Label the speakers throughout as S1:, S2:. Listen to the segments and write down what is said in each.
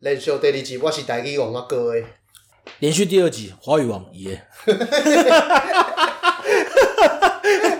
S1: 连续第二集我是台语王啊哥诶，
S2: 连续第二集华语网耶，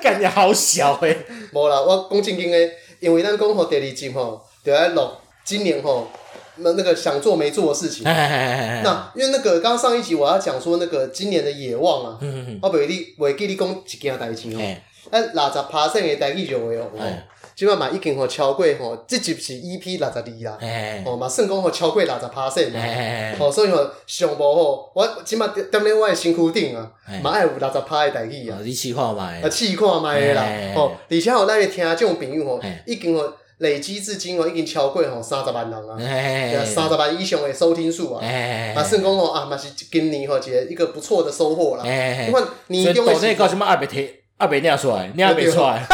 S2: 感觉好小哎、
S1: 无啦，我讲正经诶，因为咱讲吼第二集吼，就要录今年吼那那个想做没做的事情。
S2: 哎哎哎哎哎，
S1: 那因为那个刚刚上一集我要讲说那个今年的野望啊，
S2: 嗯嗯
S1: 我袂你袂记你讲一件代志
S2: 嗯，
S1: 吼，
S2: 哎
S1: 咱六十趴 e 的代志就会哦
S2: 哎，
S1: 即摆嘛已经吼超过吼，即集是 EP 六十二啦，
S2: 哎哎
S1: 哦嘛算讲吼超过六十趴 e 嘛。
S2: 哎哎
S1: 哦，所以吼，上无吼，我即马踮咧我诶身躯顶啊
S2: 嘿，
S1: 嘛爱有六十趴诶代志啊
S2: 哎，，你试看卖
S1: 啊，，试看卖诶啦
S2: 嘿，
S1: 吼，而且吼，咱诶听众朋友吼
S2: 嘿，
S1: 已经吼累积至今吼，已经超过吼三十万人啊，
S2: 哎
S1: 对啊三十万以上诶收听数啊，
S2: 哎
S1: 啊，算讲吼啊，嘛是今年吼一个一个不错的收获啦。
S2: 哎
S1: 你看
S2: 所
S1: 年
S2: 以
S1: 中诶
S2: 岛内
S1: 时
S2: 到
S1: 候，
S2: 什么二百提二百领出来，领袂出来，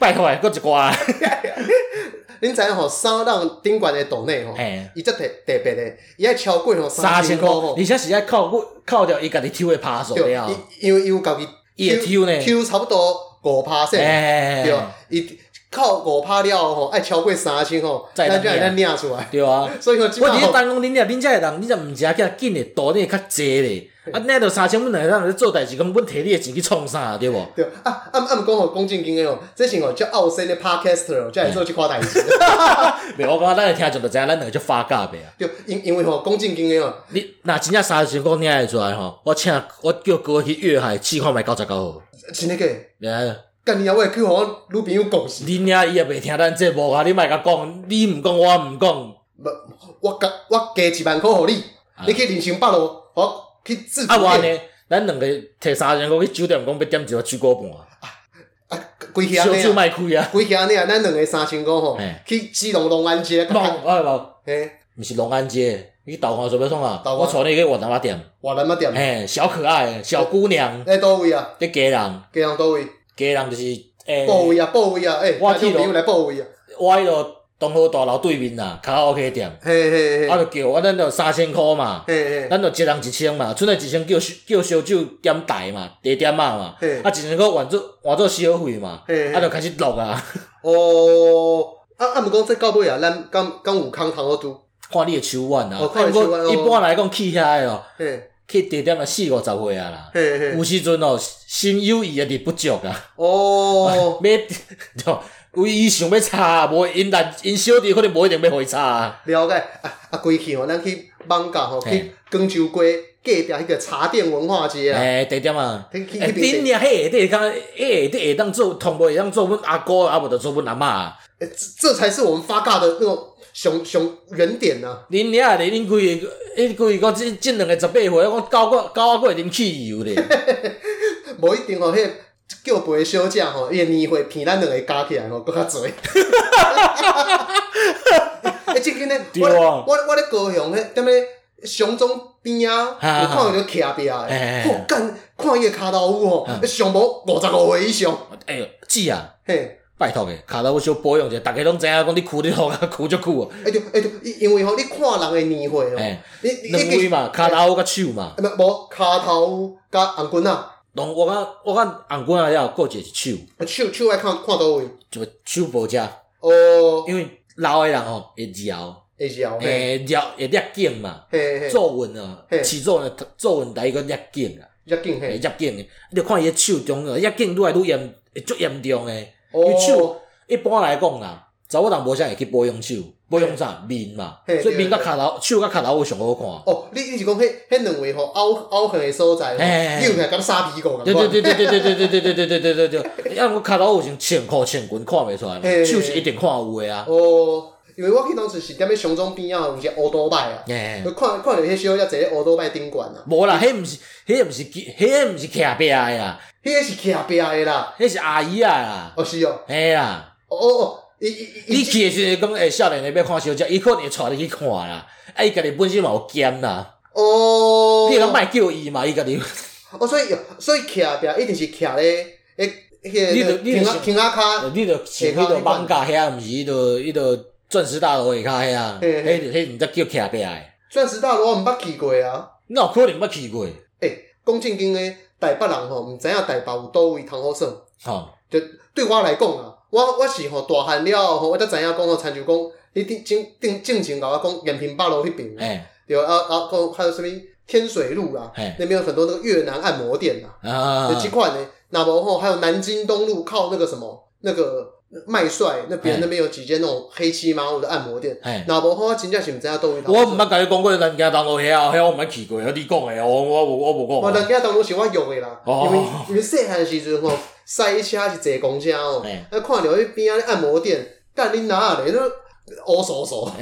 S2: 拜托，搁一挂，
S1: 恁知影吼，三人顶悬诶岛内吼，
S2: 哎，
S1: 伊则特特别诶，伊爱超过吼
S2: 三千
S1: 块
S2: 块，
S1: 吼
S2: 而，且是要扣扣掉伊家己抽的趴数
S1: 对，
S2: 了，
S1: 伊因为伊有家己
S2: 哦伊会抽呢，
S1: 抽差不多五趴
S2: 哎
S1: 先。
S2: 哎，
S1: 对
S2: 哎
S1: 吧，伊靠五拍了后吼，爱超过三千吼，
S2: 再
S1: 咱
S2: 来
S1: 才会咱领出来。
S2: 对啊。
S1: 所以讲，即
S2: 我
S1: 摆
S2: 伫咧
S1: 吼，
S2: 等讲恁遐恁遮个人，恁遮毋食起来紧诶，度恁会较济咧。啊，恁着三千阮两个人咧做代志，讲阮摕你诶钱去创啥，对无？
S1: 对啊啊啊！毋讲吼，讲正经诶吼，这是吼叫傲生的 podcaster 哦，才会做即款代 志。
S2: 袂，我感觉咱诶听众着知影，咱两个就发假袂啊。
S1: 对，因因为吼，讲正经诶吼，
S2: 你若真正三千箍领会出来吼，我请我叫哥去粤海试看觅九十九号。
S1: 真诶个，
S2: 然后
S1: 干你啊，我会去互我女朋友讲是，
S2: 你领伊也袂听咱节目啊，你莫甲讲，你毋讲我毋讲，
S1: 无我加我加一万箍互你
S2: 啊，
S1: 你去人生北路，吼去自
S2: 啊我安
S1: 安
S2: 尼，咱两个摕三千箍去酒店讲要点一个水果盘，
S1: 啊，规起安
S2: 烧
S1: 尼
S2: 酒
S1: 啊，
S2: 莫开啊，
S1: 规起安尼啊，咱两个三千箍吼
S2: 嘿，
S1: 去基隆龙安街，
S2: 弄啊无，
S1: 嘿，
S2: 毋是龙安街，你去豆花做要创啊？
S1: 豆花
S2: 我带你去越南仔店。
S1: 华南啊店，
S2: 嘿，小可爱的小姑娘，
S1: 咧倒位啊？
S2: 你家人，
S1: 家人倒位？
S2: 家人就是诶，
S1: 报位啊，报位啊，诶、欸，
S2: 我
S1: 听众朋
S2: 记得
S1: 友来报位啊，
S2: 我迄个东河大楼对面啦，卡拉 OK 店，
S1: 嘿嘿
S2: 我
S1: 嘿，
S2: 啊就叫，我咱就三千箍嘛，
S1: 嘿嘿，
S2: 咱就一人一千嘛，剩诶一千叫叫烧酒点台嘛，茶点啊嘛，
S1: 嘿
S2: 啊一千箍换做换做消费嘛，
S1: 嘿
S2: 啊就开始录啊，
S1: 哦，啊啊，毋过这到尾啊，咱敢敢有空通好拄，
S2: 看你诶手腕啊，
S1: 哦看你的手腕
S2: 啊不过一般来讲去遐诶哦，
S1: 嘿
S2: 去茶点啊四五十岁啊啦。
S1: 嘿嘿
S2: 有，时阵哦，心有余而力不足啊。
S1: 哦，
S2: 要 对，有伊想要吵，无因但因小弟可能无一定要互伊吵啊。
S1: 了解，啊啊，规去吼，咱去网咖吼，去
S2: 嘿
S1: 广州街隔壁迄个茶店文化街啊，
S2: 诶，地点啊，
S1: 去去
S2: 诶，
S1: 去
S2: 恁
S1: 边，
S2: 俩迄下底讲，迄下底会当做同步会当做阮阿姑，啊无着做阮阿嬷。
S1: 欸这这才是我们发尬的那种熊熊原点啊呐，
S2: 恁俩咧，恁几个，迄几个即即两个十八岁，我讲九个九啊，会啉汽油 咧。
S1: 无一定吼，迄个叫陪小姐吼，伊个年会骗咱两个加起来吼，搁较 侪。哎，最近呢，
S2: 对
S1: 我
S2: 啊
S1: 我我咧高雄迄踮咧熊中边啊，
S2: 啊
S1: 有看到个徛壁
S2: 嘿嘿
S1: 诶，
S2: 嘿
S1: 我干看伊个骹头有吼，上无五十五岁以上，
S2: 哎呦，姊啊，
S1: 嘿，
S2: 拜托诶，骹头小保养者，逐个拢知影讲你跍你好啊，跍足久哦。
S1: 哎对哎对，因因为吼你看人诶年会吼
S2: 哎，
S1: 啊你
S2: 两位嘛，骹头甲手嘛，
S1: 哎不无骹头甲红棍啊，
S2: 拢我感我感红棍仔了，过者是手，
S1: 手手爱看看倒位，
S2: 就手无遮，
S1: 哦，
S2: 因为老诶人吼会摇。
S1: 会晓嘿，
S2: 诶，了会捏颈嘛，
S1: 嘿嘿，
S2: 皱纹啊
S1: 嘿，
S2: 起皱纹，皱纹第一个捏颈啊，
S1: 热劲
S2: 会
S1: 嘿，
S2: 捏颈诶，你著看伊诶手中哦，捏颈愈来愈严，会足严重诶。
S1: 哦
S2: 伊手一般来讲啦，查某人无啥会去保养手，保养啥面嘛
S1: 嘿，
S2: 所以
S1: 对
S2: 面甲
S1: 对
S2: 骹头、手甲骹头有上好看。
S1: 哦，你你是讲迄迄两位吼凹凹痕的所在
S2: 嘿嘿
S1: 吼，
S2: 嘿
S1: 扭起来敢沙皮狗
S2: 对
S1: 咁
S2: 对对对对对对对对对对对对对对，啊，我骹头有像穿裤穿裙看袂出来嘛，
S1: 嘿
S2: 手是一定看有诶啊。
S1: 哦，因为我去当时是踮咧熊中边啊，有一个乌多拜啊，
S2: 诶
S1: 就，看看着迄小姐坐咧乌多拜顶悬啊，
S2: 无啦，迄毋是，迄毋是，迄毋是徛壁诶啦，
S1: 迄个是徛壁的啦，
S2: 迄是阿姨啊啦，
S1: 哦是哦，
S2: 嘿啦。
S1: 哦哦哦，伊伊
S2: 你
S1: 伊
S2: 去的时阵讲，诶，哎少年的要看小姐，伊可能会带你去看啦。啊，伊家己本身嘛有兼啦，
S1: 哦，
S2: 你讲莫叫伊嘛，伊家己。
S1: 哦，所以所以徛壁一定是徛咧诶
S2: 你
S1: 迄
S2: 就
S1: 个
S2: 你就
S1: 停啊
S2: 是
S1: 停啊骹，
S2: 你着是迄个网架遐，毋是迄个迄个钻石大楼下骹遐，
S1: 嘿嘿
S2: 迄迄毋则叫徛壁的。
S1: 钻石大楼我毋捌去过啊，
S2: 那有可能捌去过，
S1: 诶，讲正经的台北人吼，毋知影台北有倒位通好耍。
S2: 吼，
S1: 就对我来讲啊，我我是吼大汉了后吼，我才知影讲吼，参就讲你顶正正正前甲我讲延平北路迄边，
S2: 哎，
S1: 对啊啊，讲还有什物天水路啦
S2: 嘿，
S1: 那边有很多那个越南按摩店啦，
S2: 啊
S1: 有，几款呢？那么后还有南京东路靠那个什么那个麦帅那边
S2: 嘿
S1: 那边有几间那种黑漆麻屋的按摩店，
S2: 哎，
S1: 那么后我真正是毋知影倒位头。
S2: 我毋捌甲你讲过南京东路遐，遐我毋捌去过，遐你讲诶，我我无我
S1: 我
S2: 无讲啊
S1: 人。家当初是我用的啦，
S2: 哦
S1: 因为因为细汉的时阵吼，塞车是坐公车哦
S2: 嘿，
S1: 那看到迄边仔按摩店，干恁哪咧，那乌索索，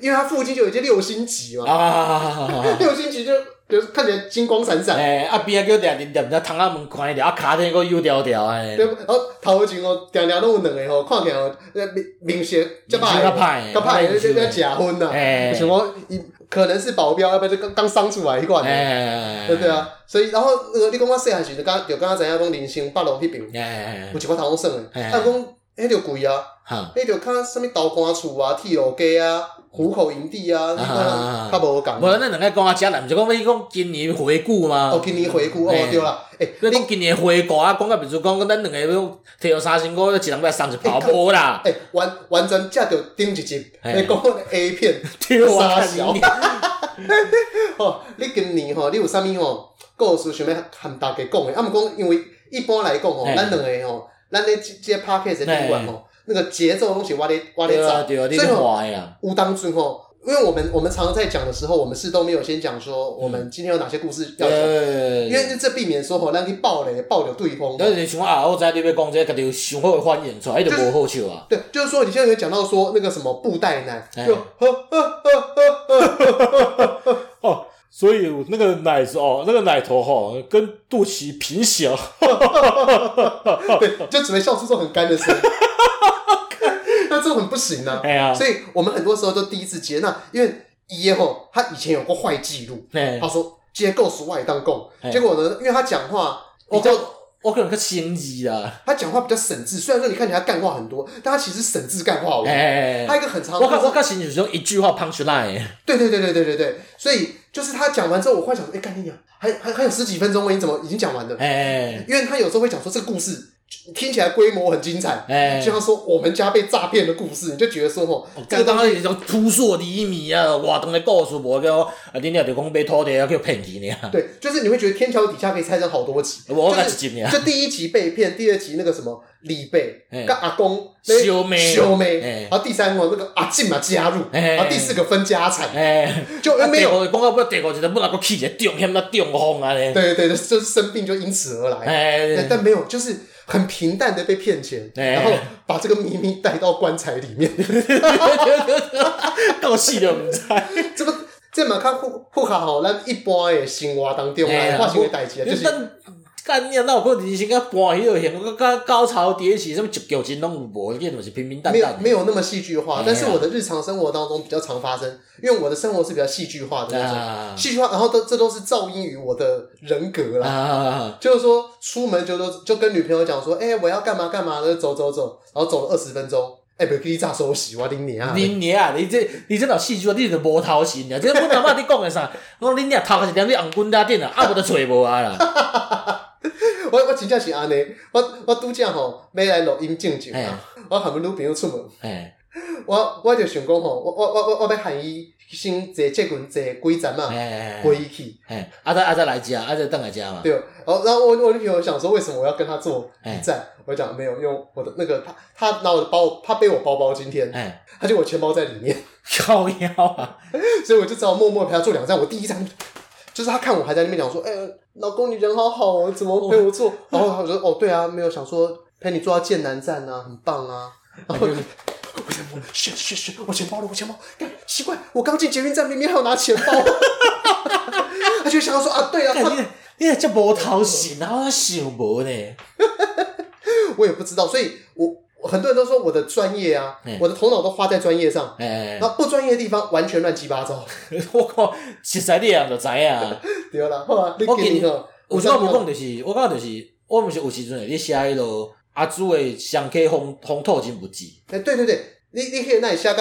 S1: 因为它附近就有一些六星级
S2: 哦
S1: 嘛，
S2: 啊，
S1: 六星级就就是看起来金光闪 闪，
S2: 诶，啊边啊叫店店店，只窗仔门关着，啊骹底个油条条诶，
S1: 对不？然后头前哦，定定拢有两个吼，看起来哦，那面面色较歹，
S2: 较歹
S1: 较歹，那那假婚呐，
S2: 诶，
S1: 想讲伊可能是保镖，要不然就刚刚生出来迄
S2: 哎
S1: 款的。
S2: 诶，
S1: 对对，啊，所以然后那个你讲我细汉时就刚就刚刚知影讲人生北路迄边
S2: 哎诶
S1: 有，一款头拢耍诶，
S2: 嘿
S1: 啊讲迄条贵啊，
S2: 哈，
S1: 迄条较什物豆干厝啊、铁路街啊、虎口营地啊，你
S2: 啊
S1: 看较无共。
S2: 无咱两个讲啊，遮啦，毋是啊讲要讲今年回顾嘛？
S1: 嗯哦，今年回顾哦，
S2: 嘿
S1: 对啦，诶，
S2: 你讲今年回顾啊，讲到比如讲，咱两个要摕到三千箍，一人要送
S1: 哎
S2: 一跑步啦，哎
S1: 诶，完完全接着顶一集，
S2: 嘿
S1: 你哎 讲的 A 片
S2: 跳
S1: 傻
S2: 啊！
S1: 小
S2: 你
S1: 吼，哦你今年吼，你有啥物吼故事想要含大家讲诶？啊，毋讲因为一般来讲吼，
S2: 嘿
S1: 咱两个吼，咱咧即即 p a r k 的顶管吼，那个节奏拢是我咧我咧
S2: 哎对啊
S1: 走，
S2: 对啊，你
S1: 所以
S2: 咧
S1: 吼。
S2: 画呀？
S1: 乌当尊哦，因为我们我们常常在讲的时候，我们是都没有先讲说我们今天有哪些故事要讲，
S2: 对，
S1: 啊因为这避免说哦吼，让你爆雷爆流对方。
S2: 但是像啊，我知你要讲这，家己有想好的反应出来，伊就无好笑啊。
S1: 对，就是说你现在有讲到说那个什么布袋男，
S2: 哎
S1: 就呵呵呵呵呵，
S3: 哦，所以那个奶子哦，那个奶头哈、跟肚脐平行，
S1: 对，就只能笑出这种很干的声音。 那这种很不行啊，
S3: 哎呀，
S1: 所以我们很多时候都第一次接纳，因为爷吼他以前有过坏记录，
S2: 嘿
S1: 他说接够十万当供，
S2: 哎
S1: 结果呢，因为他讲话比
S2: 我
S1: 较
S2: 讲我可能较心机啦，
S1: 他讲话比较省字，虽然说你看起来他干话很多，但他其实省字干话文。哦
S2: 哎，
S1: 他一个很长，
S2: 我较我较心就是用一句话 punch line，
S1: 对对对对对对对，所以就是他讲完之后，我幻想，哎，干你啊，还还还有十几分钟，你怎么已经讲完了？
S2: 哎
S1: 因为他有时候会讲说这个故事听起来规模很精彩，
S2: 哎哦
S1: 就，像说我们家被诈骗的故事，你就觉得说吼，这
S2: 这个
S1: 个
S2: 当
S1: 当
S2: 然是一种扑朔迷离啊，活动的故事无叫啊，恁俩就讲被土地啊叫骗去尔，
S1: 对，就是你会觉得天桥底下可以拆成好多集，
S2: 我
S1: 就
S2: 甲一
S1: 是
S2: 集尔，
S1: 就第一集被骗，第二集那个什么李贝
S2: 哎
S1: 跟阿公
S2: 小妹
S1: 修
S2: 哎
S1: 妹，然后第三个那个阿进嘛加入，
S2: 哎
S1: 然后第四个分家产，
S2: 哎，
S1: 就
S2: 啊
S1: 没
S2: 第
S1: 有，
S2: 五个讲到要第五一个，本来个起一个中险啊中风啊咧，
S1: 对对对，就是生病就因此而来。
S2: 哎
S1: 对，但没有，就是很平淡的被骗钱，
S2: 哎
S1: 然后把这个秘密带到棺材里面。
S2: 到死都毋知，
S1: 这个这嘛较符符合吼咱一般的生活当中啊
S2: 哎
S1: 来
S2: 呀
S1: 发生的代志，就
S2: 你
S1: 是
S2: 等干你啊，哪有可能人生甲搬迄落型，我甲高潮迭起，什么一脚筋拢有无，你就是平平淡
S1: 没有
S2: 淡的。
S1: 没有那么戏剧化
S2: 哎呀，
S1: 但是我的日常生活当中比较常发生，因为我的生活是比较戏剧化的那种，
S2: 啊
S1: 戏剧化，然后都这都是噪音于我的人格啦。
S2: 啊！
S1: 就是说，出门就都就跟女朋友讲说，哎、我要干嘛干嘛的，走走走，然后走了二十分钟，哎、别给你炸手洗，我顶你啊！
S2: 恁娘啊！你这你这老戏剧，啊你就无头神啊！这本头仔你讲的啥？我讲恁娘头壳是踮你红滚搭顶啊，啊无就揣无啊啦！
S1: 我我真正是安尼，我我拄则吼要来录音正经啊，我含阮女朋友出门，
S2: 哎
S1: 我我就想讲吼，我我我我我要喊伊先坐这群坐几站啊，
S2: 哎
S1: 回伊去，
S2: 哎，啊再啊再来遮，啊再等来遮嘛。
S1: 对。然后然后我我女朋友想说，为什么我要跟他坐
S2: 哎
S1: 一站？我讲没有，因为我的那个他他拿我的包，他背我包包，今天
S2: 哎，
S1: 他就我钱包在里面，
S2: 靠腰啊！
S1: 所以我就只好默默陪他坐两站。我第一站就是他看我还在那边讲说，哎、老公你人好好哦，怎么陪我坐？然后他就说，哦对啊，没有想说陪你坐到剑南站啊，很棒啊。然后我想我是是是，我钱包了，我钱包，干奇怪，我刚进捷运站，明明还有拿钱包。 他就想到说啊，对啊，
S2: 干
S1: 他
S2: 哎你你这无头神啊！我想无呢。
S1: 我也不知道，所以我我很多人都说我的专业啊
S2: 嗯，
S1: 我的头脑都花在专业上，
S2: 哎
S1: 然，后不专业的地方完全乱七八糟，
S2: 我靠，实在你也就知影啊。
S1: 对啦，好啊，你
S2: 我
S1: 给你
S2: 今
S1: 个，
S2: 有时我无讲，就是，我讲就是，我毋是有时阵会咧写迄落阿祖诶上课风风土真不济，
S1: 哎，对对对，你你迄那写甲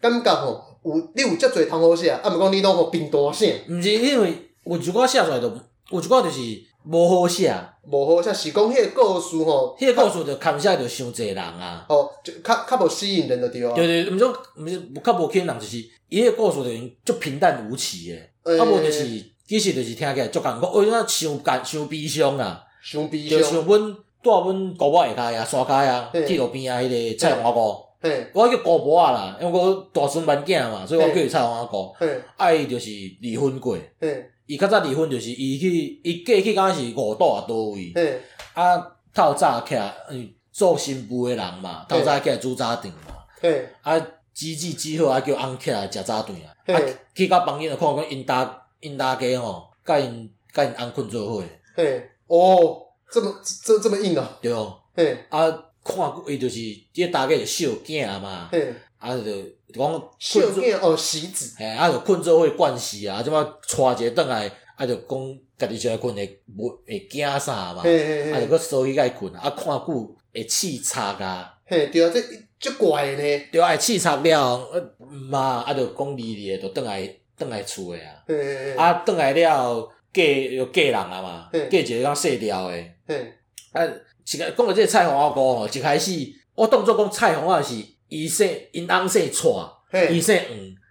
S1: 感觉吼，有你有遮侪啊通好写，啊，毋讲你拢吼平单写，
S2: 毋是因为有一寡写出来就有一寡就是无好写，
S1: 无好像是讲迄个故事吼，
S2: 迄个故事就看写就伤济人啊。
S1: 哦，就较较无吸引人就对啊。
S2: 对对，毋说毋是较无吸引人，就是伊迄个故事就是足平淡无奇诶，
S1: 呃
S2: 啊无就是其实就是听起来足艰苦，为啥伤感伤悲伤啊？
S1: 伤悲
S2: 就
S1: 伤
S2: 像，阮住阮姑母下骹呀、山骹呀、
S1: 嘿
S2: 铁路边啊，迄个菜黄菇，
S1: 嘿，
S2: 我叫姑母啊啦，因为我大孙蛮囝嘛，所以我
S1: 嘿
S2: 叫伊菜黄菇。
S1: 嘿，
S2: 啊，伊就是离婚过，
S1: 嘿，
S2: 伊较早离婚就是伊去，伊嫁去敢若是五岛啊倒位，
S1: 嘿，
S2: 啊，透早起来嗯做新妇诶人嘛，
S1: 嘿
S2: 透早起来煮早顿嘛，
S1: 嘿，
S2: 啊，煮煮煮好啊，叫翁起来食早顿啊，
S1: 嘿
S2: 啊，去到房间就看讲因大因大家吼，甲因甲因翁困做伙，
S1: 嘿，哦，这么这这么硬啊，
S2: 对哦。
S1: 嘿，
S2: 啊，看过伊就是即大概就小囝嘛，
S1: 嘿，
S2: 啊就就讲
S1: 小
S2: 困做，
S1: 囝哦，喜子，
S2: 嘿，啊就困做伙惯势啊，即摆带一个转来，啊就讲家己就爱困会无会惊啥嘛，
S1: 嘿嘿
S2: 啊就
S1: 嘿，
S2: 搁收起甲伊困，啊看久会气插啊，
S1: 嘿，对啊，这这怪的呢，
S2: 对啊，会气插了，呃嘛啊就讲离离的就转来转来厝诶啊，
S1: 嘿嘿，嘿，
S2: 啊转来了嫁又嫁人啊嘛，
S1: 嗯
S2: 嫁一个讲细条诶。
S1: 嘿，
S2: 啊，一个讲到这个菜红阿哥吼，一开始我当作讲菜红啊是伊姓因翁姓蔡，伊
S1: 嘿，
S2: 姓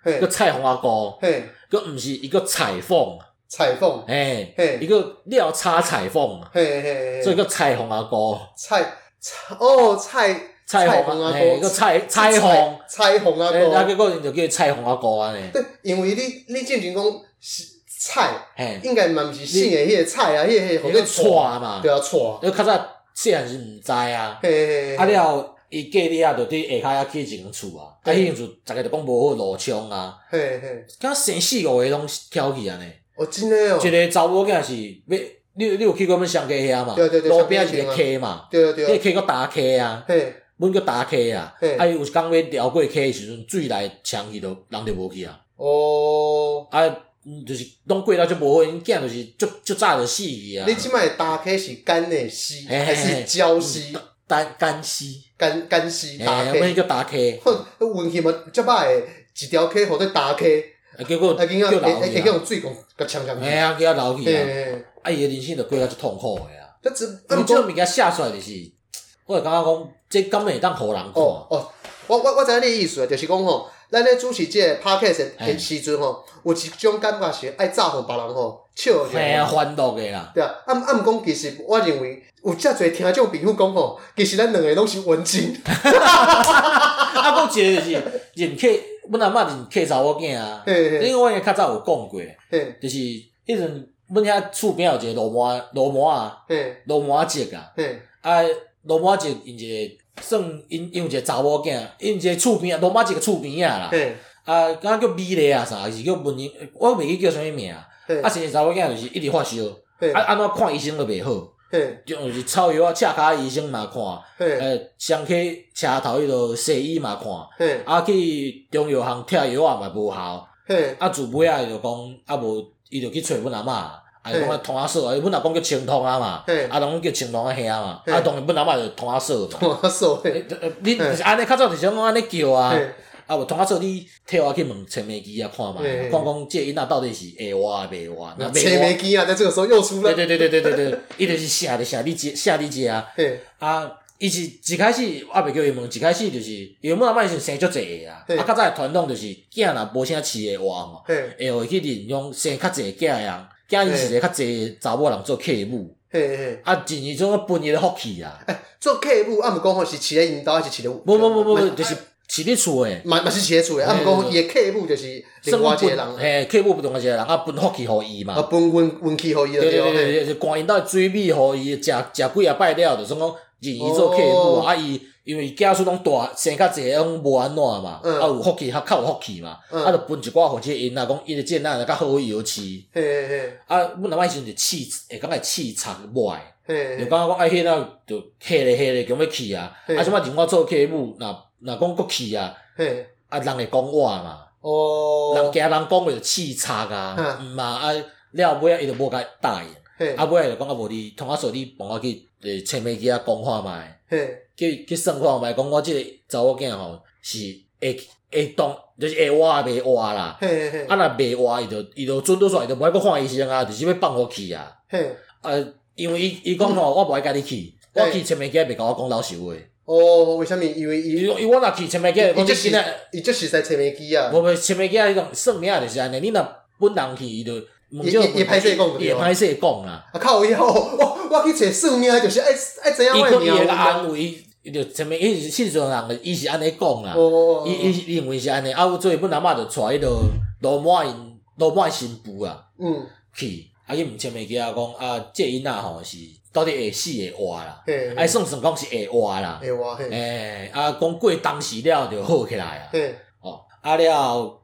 S2: 黄，
S1: 嘿，
S2: 叫菜红阿哥，
S1: 嘿，
S2: 佮毋是伊个彩凤，
S1: 彩凤，
S2: 嘿，
S1: 嘿
S2: 伊个料叉彩凤，
S1: 嘿嘿，
S2: 所以
S1: 嘿，
S2: 叫菜红阿哥，
S1: 菜菜哦，菜
S2: 菜
S1: 红
S2: 红
S1: 阿
S2: 阿
S1: 哥
S2: 哥，个菜菜红，
S1: 彩虹啊，
S2: 嘿，啊
S1: 哥，
S2: 结果因就叫菜红阿哥安尼，
S1: 对，因为你你进前讲是菜，
S2: 嘿，
S1: 应该嘛毋是姓的迄个菜啊，迄个
S2: 迄
S1: 好
S2: 个
S1: 像
S2: 蔡
S1: 错，
S2: 嘛，
S1: 对啊错，
S2: 因为较早细汉时毋知啊，
S1: 嘿，
S2: 啊，了伊嫁你啊，就伫下骹遐起一间厝啊，啊，迄间厝逐个就讲无好路冲啊。
S1: 嘿嘿，
S2: 敢生四五个拢挑起安尼，
S1: 哦真的哦，
S2: 一个查某囝是要，你有你有去过阮商家遐嘛？
S1: 对对对
S2: 路边一
S1: 商家
S2: 个溪嘛，
S1: 对啊
S2: 迄个
S1: 对啊，
S2: 溪叫打溪啊，
S1: 嘿，
S2: 阮叫打溪啊
S1: 嘿。
S2: 啊，伊有一工要绕过溪的时阵，水来冲去就人就无去啊。
S1: 哦，
S2: 啊，嗯就是拢过了就无好，因囝就是足足早就死去啊
S1: 你。即摆打开是干的西还是胶西？
S2: 干干溪，
S1: 干干西
S2: 嗯嘿
S1: 打
S2: 阮迄
S1: 开，
S2: 叫打溪，
S1: 哼，运气嘛足歹的，一条溪互在打开，
S2: 啊结果
S1: 啊，
S2: 叫
S1: 囡仔会
S2: 流
S1: 会
S2: 去
S1: 会用
S2: 啊。
S1: 水共甲呛呛
S2: 哎
S1: 去，
S2: 呀，叫流去啊！
S1: 嘿，
S2: 啊，伊的人生就过了足痛苦的啊。
S1: 这只，
S2: 咁即个物件写出来就是，我会感觉讲，这根本会当互人看。
S1: 哦哦，我我我知影你的意思啊，就是讲吼，咱咧主持即个 podcast 的
S2: 嘿
S1: 时阵吼，有一种感觉是爱炸互别人吼笑一
S2: 嘿
S1: 下。
S2: 啊，欢乐的啦，
S1: 对啊，啊毋啊毋讲，其实我认为有遮侪听众朋友讲吼，其实咱两个拢是文青，
S2: 啊，搁一个就是认客，阮阿嬷认客查某囝啊，
S1: 嘿
S2: 因
S1: 嘿
S2: 为我也较早有讲过，啊
S1: 嘿
S2: 就是迄阵阮遐厝边有一个罗麻罗麻啊，
S1: 嘿
S2: 罗麻节啊，
S1: 嘿
S2: 啊罗麻节因一个算因因有一个查某囝，因一个厝边啊，罗麻节个厝边啊啦，
S1: 嘿
S2: 啊，敢若叫米丽啊啥，还是叫文英，我袂记叫啥物名，啊，
S1: 嘿
S2: 啊，生个查某囝就是一直发烧，
S1: 嘿
S2: 啊，安怎看医生都袂好。
S1: 嘿
S2: 就是臭药啊，赤骹医生嘛看，
S1: 嘿
S2: 呃，上去车头迄落西医嘛看，
S1: 嘿
S2: 啊去中药行拆药啊嘛无效，
S1: 嘿
S2: 啊自尾啊伊就讲啊无，伊就去找阮阿嬷，啊伊讲啊通啊嫂，啊阮阿公叫青通啊嘛，
S1: 嘿，
S2: 啊拢叫青通啊兄嘛，
S1: 嘿
S2: 啊当然阮阿嬷就通啊嫂嘛，
S1: 我说嘿
S2: 欸呃你就是安尼较早就是讲安尼叫啊，
S1: 嘿
S2: 啊无通啊嫂你替我去问陈美基啊看嘛，
S1: 嘿嘿
S2: 看讲这个囡仔到底是会活啊袂活啊，若
S1: 切
S2: 袂
S1: 梅
S2: 活，
S1: 基啊，在这个时候又出
S2: 对
S1: 来，
S2: 对对对对对对，伊就是写就写你这写你这啊。
S1: 嘿
S2: 啊，伊是一开始我袂叫伊问，一开始就是因为阮阿嬷是生足济个啊，
S1: 嘿
S2: 啊较早的传统就是囝若无啥饲诶话吼，
S1: 嘿
S2: 会互伊去认养生较济囝啊，囝伊是一个较济的查某人做客母，
S1: 嘿嘿，
S2: 啊，真是种分伊的福气啊，
S1: 做客户啊，毋讲吼是饲咧因兜还是饲咧？
S2: 无无 无无，就是饲伫厝诶，
S1: 嘛嘛是饲咧厝诶，啊，毋讲伊诶客户就是另外一个人。
S2: 嘿，客母不同一个人啊，分福气互伊
S1: 啊，
S2: 嘛，
S1: 分运运气互伊就
S2: 对对
S1: 了
S2: 对对，对，就赶因兜水米互伊食食几啊摆了，就算讲认伊做客母
S1: 哦
S2: 啊，啊伊。因为囝数拢大，生较济，拢无安怎嘛，
S1: 嗯
S2: 啊有福气，较较有福气嘛，
S1: 嗯
S2: 啊，就分一寡互即个因啊，讲因的这囡仔较好摇饲。
S1: 嘿嘿嘿
S2: 啊，阮阿妈时阵就气，会感觉气场歪，
S1: 嘿
S2: 就
S1: 嘿
S2: 感觉讲哎，迄个就迄咧迄咧，强要气啊，
S1: 嘿
S2: 啊，即摆另外做客母，若若讲国气啊，
S1: 嘿，
S2: 啊，人会讲我嘛，人
S1: 哦，
S2: 惊人讲话就气差啊，
S1: 嗯
S2: 毋嘛啊，了后尾啊，伊就无甲答应，
S1: 嘿
S2: 啊，尾啊就讲啊，无你，同我说你帮我去呃，青梅机啊讲看觅。
S1: 嘿
S2: 去去算看觅，讲我即个查某囝吼是会会当，就是会活也袂活啦。
S1: 嘿嘿
S2: 啊，若袂活，伊就伊就准拄煞，伊就无爱阁看医生啊，就是要放互去啊。
S1: 嘿
S2: 啊，因为伊伊讲吼，我无爱甲你去，
S1: 对
S2: 我去千面街袂甲我讲老实话。
S1: 哦，为什么？因为
S2: 伊
S1: 伊
S2: 伊我若去千面街，我
S1: 伊就
S2: 就今
S1: 是
S2: 仔，
S1: 伊就是在前面机啊。
S2: 无袂千面街迄种算命就是安尼，你若本人去，伊就
S1: 也也也歹势讲就对
S2: 也
S1: 了
S2: 歹势讲啦。
S1: 啊靠腰！ 我我去找算命，就是爱爱知影
S2: 伊
S1: 我
S2: 讲
S1: 的
S2: 伊会安啊
S1: 命。啊
S2: 慰，伊就前面伊是信众人，伊是安尼讲啦。
S1: 哦，
S2: 伊伊伊认为是安尼，啊，所以本阿嬷就带迄个罗马因罗马新妇啊
S1: 嗯，
S2: 去，啊去毋签袂记啊讲啊，这囡仔吼是到底会死会活啦，
S1: 嘿，
S2: 啊算算讲是会活啦，
S1: 嘿我嘿，
S2: 诶、啊讲过当时了就好起来啊，
S1: 嘿，
S2: 哦，啊了后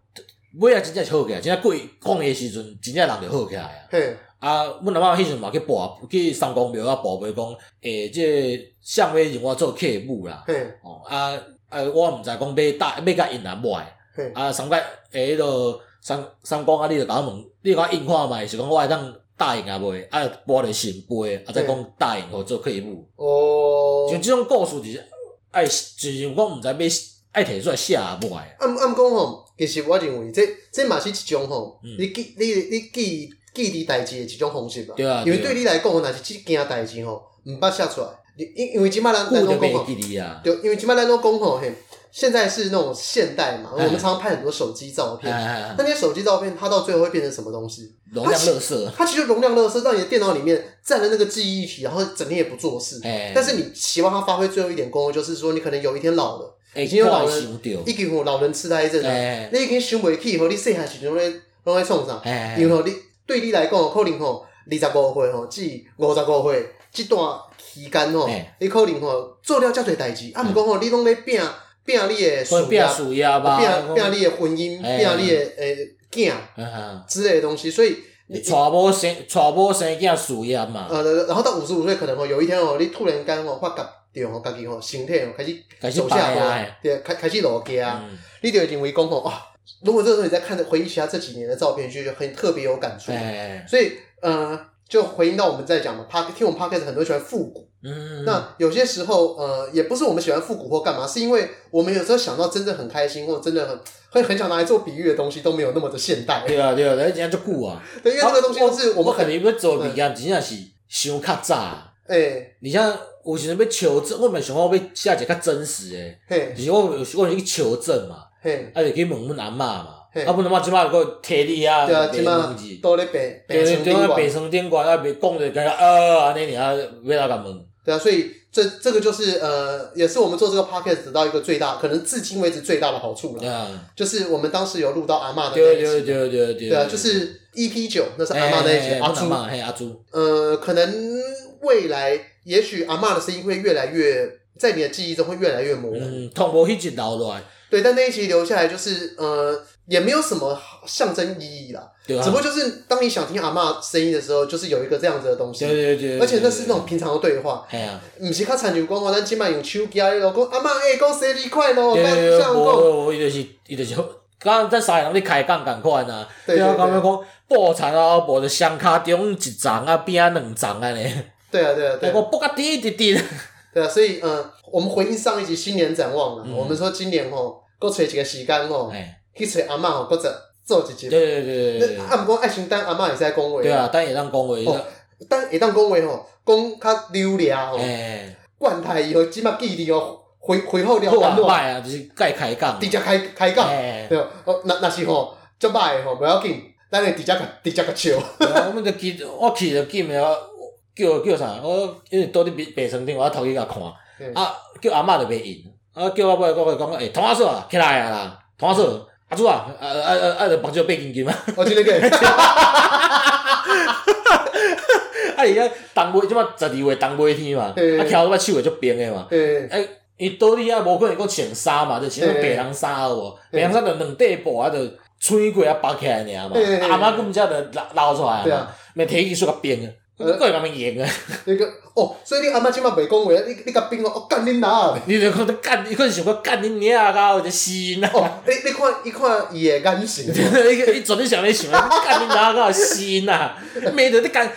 S2: 尾啊真正是好起来，真正过讲诶时阵，真正人就好起来啊。
S1: 嘿，
S2: 啊，阮阿嬷迄阵嘛去跋去三公庙啊，跋袂讲，诶、这向尾用我做客母啦，
S1: 嘿，
S2: 哦啊啊，我毋知讲要搭要甲因啊买，
S1: 嘿，
S2: 啊三甲诶迄落三三公啊，你着甲我问，你甲我应看觅，是讲我会当答应啊袂，啊播着神杯，啊再讲答应互做客户，
S1: 哦。
S2: 像即种故事就是爱，就是讲毋知要爱摕出来写啊袂，
S1: 暗暗讲吼，其实我认为这这嘛是一种吼，
S2: 嗯
S1: 你记你你记记伫代志的一种方式吧。
S2: 对啊
S1: 因为
S2: 对啊
S1: 对你来讲，若是即件代志吼，毋捌写出来，你因因为即摆咱
S2: 久
S1: 咱
S2: 就
S1: 拢讲
S2: 袂
S1: 吼，
S2: 记哩啊，
S1: 对，因为即摆咱拢讲吼嘿，现在是那种现代嘛，我
S2: 哎
S1: 们常常拍很多手机照
S2: 哎
S1: 片，
S2: 哎哎
S1: 那些手机照片它到最后会变成什么东西？
S2: 容量垃圾，
S1: 它其实容量垃圾，让你的电脑里面占了那个记忆体，然后整天也不做事。
S2: 哎，
S1: 但是你希望它发挥最后一点功用，就是说你可能有一天老了，
S2: 已
S1: 经有老人
S2: 想着，
S1: 已经有老人痴呆症啊。
S2: 嗯哎
S1: 你已经想袂起，吼，你细汉时阵拢咧拢咧创啥？
S2: 哎
S1: 因为吼你对你来讲，可能吼二十五岁吼至五十五岁即段期间吼
S2: 哎，嗯
S1: 你可能吼做了遮侪代志，啊，毋过吼你拢咧拼拼你的事
S2: 分
S1: 业
S2: 变，数呀吧，
S1: 拼拼你的婚姻，
S2: 哎
S1: 拼你的诶囝
S2: 嗯哼
S1: 之类的东西，所以你
S2: 娶某生娶某生囝事业嘛，
S1: 呃，然后到五十五岁，可能吼有一天哦吼，你突然间吼发觉着哦吼，家己吼身体吼开始
S2: 开始
S1: 走
S2: 摆
S1: 下
S2: 啊
S1: 坡，，对，开开始落街啊。
S2: 嗯
S1: 你就会认为讲吼啊，如果这时候你在看回忆起他这几年的照片，就觉得很特别有感触。
S2: 哎，
S1: 所以呃，就回应到我们在讲嘛 p 听我们 p o d c a s 很多人喜欢复古，
S2: 嗯，
S1: 那有些时候呃，也不是我们喜欢复古或干嘛，是因为我们有时候想到真的很开心或真的很会很想拿来做比喻的东西都没有那么的现代，
S2: 对啊对啊，咱真正足久啊，
S1: 对，因为这个东西就是
S2: 我
S1: 我们
S2: 肯
S1: 很
S2: 定要做的物件，真正是想较早。
S1: 哎、
S2: 而且有时阵要求证，我嘛想讲要写一个较真实诶，
S1: 嘿
S2: 就是我有时我有去求证嘛，
S1: 嘿，
S2: 啊就去问阮阿嬷嘛，
S1: 嘿
S2: 啊阮阿嬷即摆个摕你啊，
S1: 对啊，
S2: 卖
S1: 起码
S2: 物件
S1: 都在北北
S2: 对
S1: 城
S2: 对
S1: 宾
S2: 啊，
S1: 馆
S2: 白，床顶悬啊，袂讲着个啊安尼尔，要哪甲问？
S1: 对啊，所以这这个就是呃，也是我们做这个 podcast 得到一个最大，可能至今为止最大的好处了。
S2: 啊，
S1: 就是我们当时有录到阿嬷的那
S2: 对
S1: 一
S2: 对
S1: 集，
S2: 对对对，
S1: 啊对啊，就是 EP 九，那是
S2: 哎
S1: 阿嬷那一集，
S2: 哎哎
S1: 阿
S2: 阮
S1: 朱，
S2: 嬷嘿阿朱，
S1: 呃，可能未来也许阿嬷的声音会越来越在你的记忆中会越来越模糊，
S2: 嗯，通无迄集留落来，
S1: 对，但那一集留下来就是呃，也没有什么象征意义啦，
S2: 对啊，
S1: 只不过就是当你想听阿嬷声音的时候，就是有一个这样子的东
S2: 对
S1: 西，
S2: 对对对，
S1: 而且那是那种平常的对话。
S2: 系啊，
S1: 唔是较残留讲吼，咱即摆用手机啊，你就讲阿嬷哎，讲生日快乐，
S2: 对
S1: 讲
S2: 对
S1: 这
S2: 对，
S1: 样讲，
S2: 无无伊就是伊就是，刚刚咱三个人咧开讲共款啊，
S1: 对
S2: 啊，
S1: 对
S2: 刚
S1: 对，
S2: 刚讲布田啊，无就双骹中一丛啊，边啊两丛安尼，
S1: 对啊对啊对
S2: 我
S1: 啊。
S2: 讲布甲滴滴滴，
S1: 对啊，所以嗯，我们回应上一集新年展望了，
S2: 嗯
S1: 我们说今年吼，搁找一个时间吼，
S2: 哎，
S1: 去找阿嬷吼，搁再做一
S2: 对
S1: 集。
S2: 对对对
S1: 那
S2: 对，
S1: 啊，毋过爱情当阿嬷也是在讲话，
S2: 对啊，等下咱讲话伊
S1: 哦，当会当讲话吼，讲较流利吼，
S2: 哎，
S1: 管他伊吼，即马记忆力吼，恢恢复了
S2: 好啊
S1: 很
S2: 歹
S1: 乱，
S2: 啊，就是该开讲
S1: 直，接开开讲，
S2: 哎，
S1: 对吧哦，那那是吼，足歹的吼，不要紧，咱会直接甲直接甲笑，
S2: 对啊我们就记，我去就记袂了，叫叫啥，我因为倒伫白白床顶，我头去甲看，
S1: 嗯
S2: 啊，叫阿嬷就袂应，啊，叫我尾我会讲，诶，童阿嫂啊，起来啊啦，童阿嫂，阿主啊，啊啊啊啊，就目睭八斤斤啊。
S1: 我哦真的个，
S2: 啊，而且冬尾即摆十二月冬尾天嘛，啊，
S1: 嘿
S2: 徛到手会足冰诶嘛。
S1: 嗯，
S2: 哎，伊倒你啊，无可能讲穿衫嘛，就穿那种白
S1: 嘿
S2: 人衫有无？白
S1: 嘿
S2: 人衫就两块布啊，就穿过啊绑起来尔嘛啊
S1: 嘿嘿。嘿
S2: 阿妈佫毋则就流流出来
S1: 对
S2: 嘛
S1: 啊，
S2: 咪摕去说甲冰啊，
S1: 呃
S2: 佫会甲咪用啊。
S1: 那个哦，所以你阿嬷即马袂讲话，你你甲冰哦，我干恁哪？
S2: 你就讲干，伊可能想讲干你娘啊， 搞就死呐！
S1: 哦，你你看，你看伊的眼神，
S2: 伊伊绝对想要想，干你娘啊，搞死呐！骂着你干，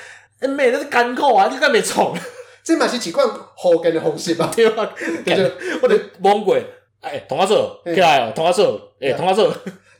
S2: 骂着你艰苦啊，你敢袂创？
S1: 这嘛是一贯福建的方式吧？
S2: 对啊，
S1: 就是
S2: 我就懵过。哎，同阿嫂，起来 哦，同阿嫂，哎，同阿嫂，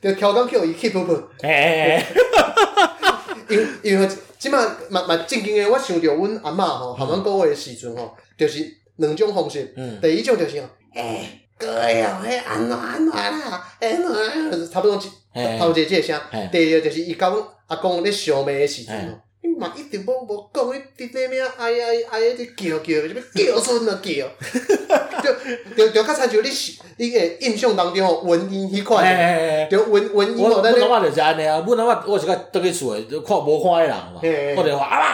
S1: 就超工叫伊 keep
S2: 哎哎哎，
S1: 因因为即马嘛嘛正经诶，我想着阮阿嬷吼，含阮讲话诶时阵吼，就是两种方式。
S2: 嗯，
S1: 第一种就是吼，诶、哥呀，迄安怎安怎啦，安怎啊，就是差不多即
S2: 嘿
S1: 差不多即个声
S2: 嘿。
S1: 第二就是伊甲阮阿公咧相骂诶时阵
S2: 嘿
S1: 吼。你嘛一直无无讲，你伫咧咩哎呀哎呀，你叫叫，什么叫孙啊叫，就就就较亲像你是你诶印象当中吼文音迄
S2: 嘿
S1: 款，
S2: 嘿嘿
S1: 就文文音
S2: 我
S1: 吼
S2: 我
S1: 咱咧
S2: 阿妈就是安尼啊，阮阿嬷我是甲倒去厝诶，就看无看迄人嘛
S1: 嘿嘿，
S2: 我就话阿嬷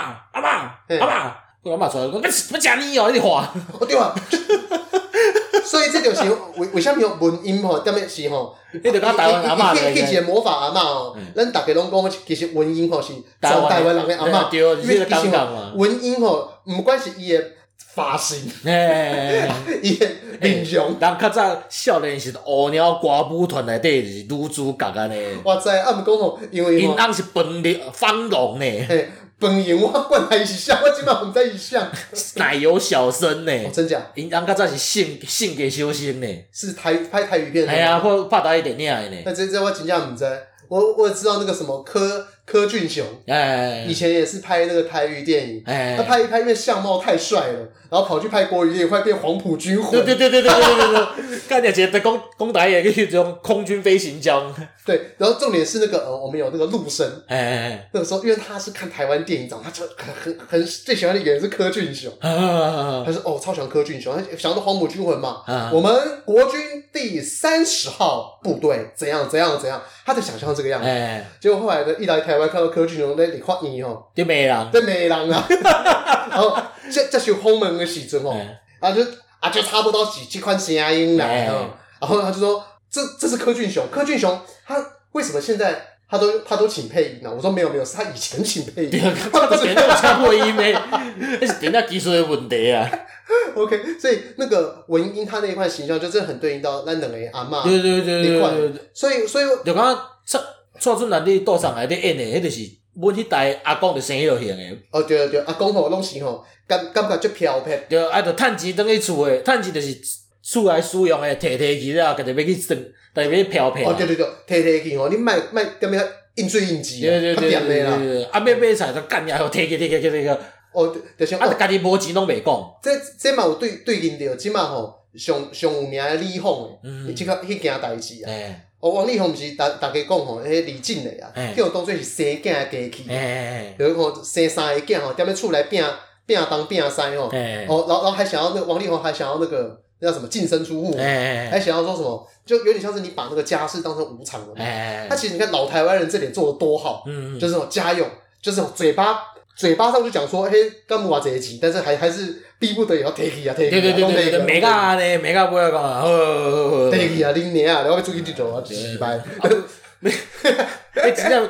S2: 阿
S1: 嘿
S2: 嬷阿嬷，阮阿嬷出来讲，要吃要食你哦，你话，
S1: 哦对啊，所以这就是为为什么文音吼，踮咧是吼，
S2: 你就甲台湾阿嬷
S1: 去一
S2: 咧，
S1: 个魔法阿嬷吼
S2: 嗯，
S1: 咱大家拢讲，其实文音吼是全台湾人的阿嬷，
S2: 对，你这个
S1: 因为其
S2: 感
S1: 实
S2: 觉
S1: 吼
S2: 嘛，
S1: 文音吼，毋管是伊的发型、
S2: 嘿嘿嘿嘿。
S1: 伊的面容，
S2: 人较早少年时乌鸟歌舞团内底是女主角安尼，
S1: 我知，啊毋讲吼，因为
S2: 因啊
S1: 吼，
S2: 翁是本地方龙呢，
S1: 嘿，本人我本来是啥，我即摆毋知伊啥，
S2: 奶油小生呢，
S1: 哦真假
S2: 因翁较早是性性格小生呢，
S1: 是台拍台语片的
S2: 哎呀，，或拍台电影的呢，
S1: 那这这我真正毋知，我我知道那个什么柯柯俊雄，
S2: 哎
S1: 以前也是拍那个台语电影。
S2: 哎
S1: 他，拍一拍，因为相貌太帅了，然后跑去拍国语也快变黄埔军魂。
S2: 对对对对对对对 对，干掉一个讲讲台语去种空军飞行将，
S1: 对然后重点是那个呃，我们有那个陆生，
S2: 哎
S1: 那个时候因为他是看台湾电影长，他就很很很最喜欢的演员是柯俊雄，
S2: 啊
S1: 他说哦超喜欢柯俊雄，他想到黄埔军魂嘛，
S2: 啊
S1: 我们国军第三十号部队怎样怎样怎样，他在想象这个样子。
S2: 哎，
S1: 结果后来呢，一来台湾看到柯俊雄在里看你哦，
S2: 就没人，
S1: 在美人啊， 然后这这是轰门的时阵哦。
S2: 哎
S1: 啊就啊就差不多是这款声音啦。
S2: 哎
S1: 嗯然后他就说，这这是柯俊雄，柯俊雄他为什么现在他都他都请配音呢、我说没有没有，是他以前请配
S2: 对
S1: 音。
S2: 啊，我不是有请配音 的，那是电影技术的问题啊。
S1: OK，所以那个文英他那一块形象就真的很对应到咱两个阿妈。
S2: 对对对对对对，
S1: 所以所以
S2: 就讲蔡蔡春兰你倒上来咧演的，迄就是阮迄代阿公就生迄落型的，
S1: 哦对对对，阿公吼拢是吼，感感觉就飘撇。
S2: 对，啊，就趁钱倒去厝的，趁钱就是厝内使用的，摕摕去了，家己要去算，家己要去漂漂
S1: 哦。对对对，提提去吼，你卖卖点么应水应急啊，
S2: 对对
S1: 较
S2: 对
S1: 点
S2: 对
S1: 的啦。
S2: 对，啊，要买菜就干呀，摕去摕去摕去摕去，啊，
S1: 哦，就像哦，
S2: 家己无钱拢袂讲，
S1: 这这嘛有对对应着，即嘛吼上上有名的李凤诶。伊
S2: 嗯
S1: 即，个迄件代志啊，
S2: 哎
S1: 哦，王力宏毋是逐逐家讲吼，迄李静蕾啊，
S2: 嘿
S1: 迄有当做是生囝的家
S2: 哎
S1: 去，
S2: 哎
S1: 有讲生三个囝吼，踮咧厝内拼拼东拼西吼，哦，
S2: 哎
S1: 然后然后还想要那个王力宏还想要那个那叫什么净身出户，还
S2: 哎
S1: 想要说什么，就有点像是你把那个家事当成无常了嘛。
S2: 哎
S1: 他，其实你看老台湾人这点做的多好，
S2: 嗯，
S1: 就是那种家用，就是那种嘴巴。嘴巴上就讲说，嘿，干嘛这一集，但是还还是逼不得已要 take 啊，take
S2: 对
S1: 啊，
S2: 对对
S1: 弄
S2: 对
S1: take
S2: 对，
S1: 啊
S2: 美甲安尼，美甲不要讲啊，好好好好。
S1: 对去啊，恁娘啊，然后出去佚佗啊，失败。
S2: 哎，真正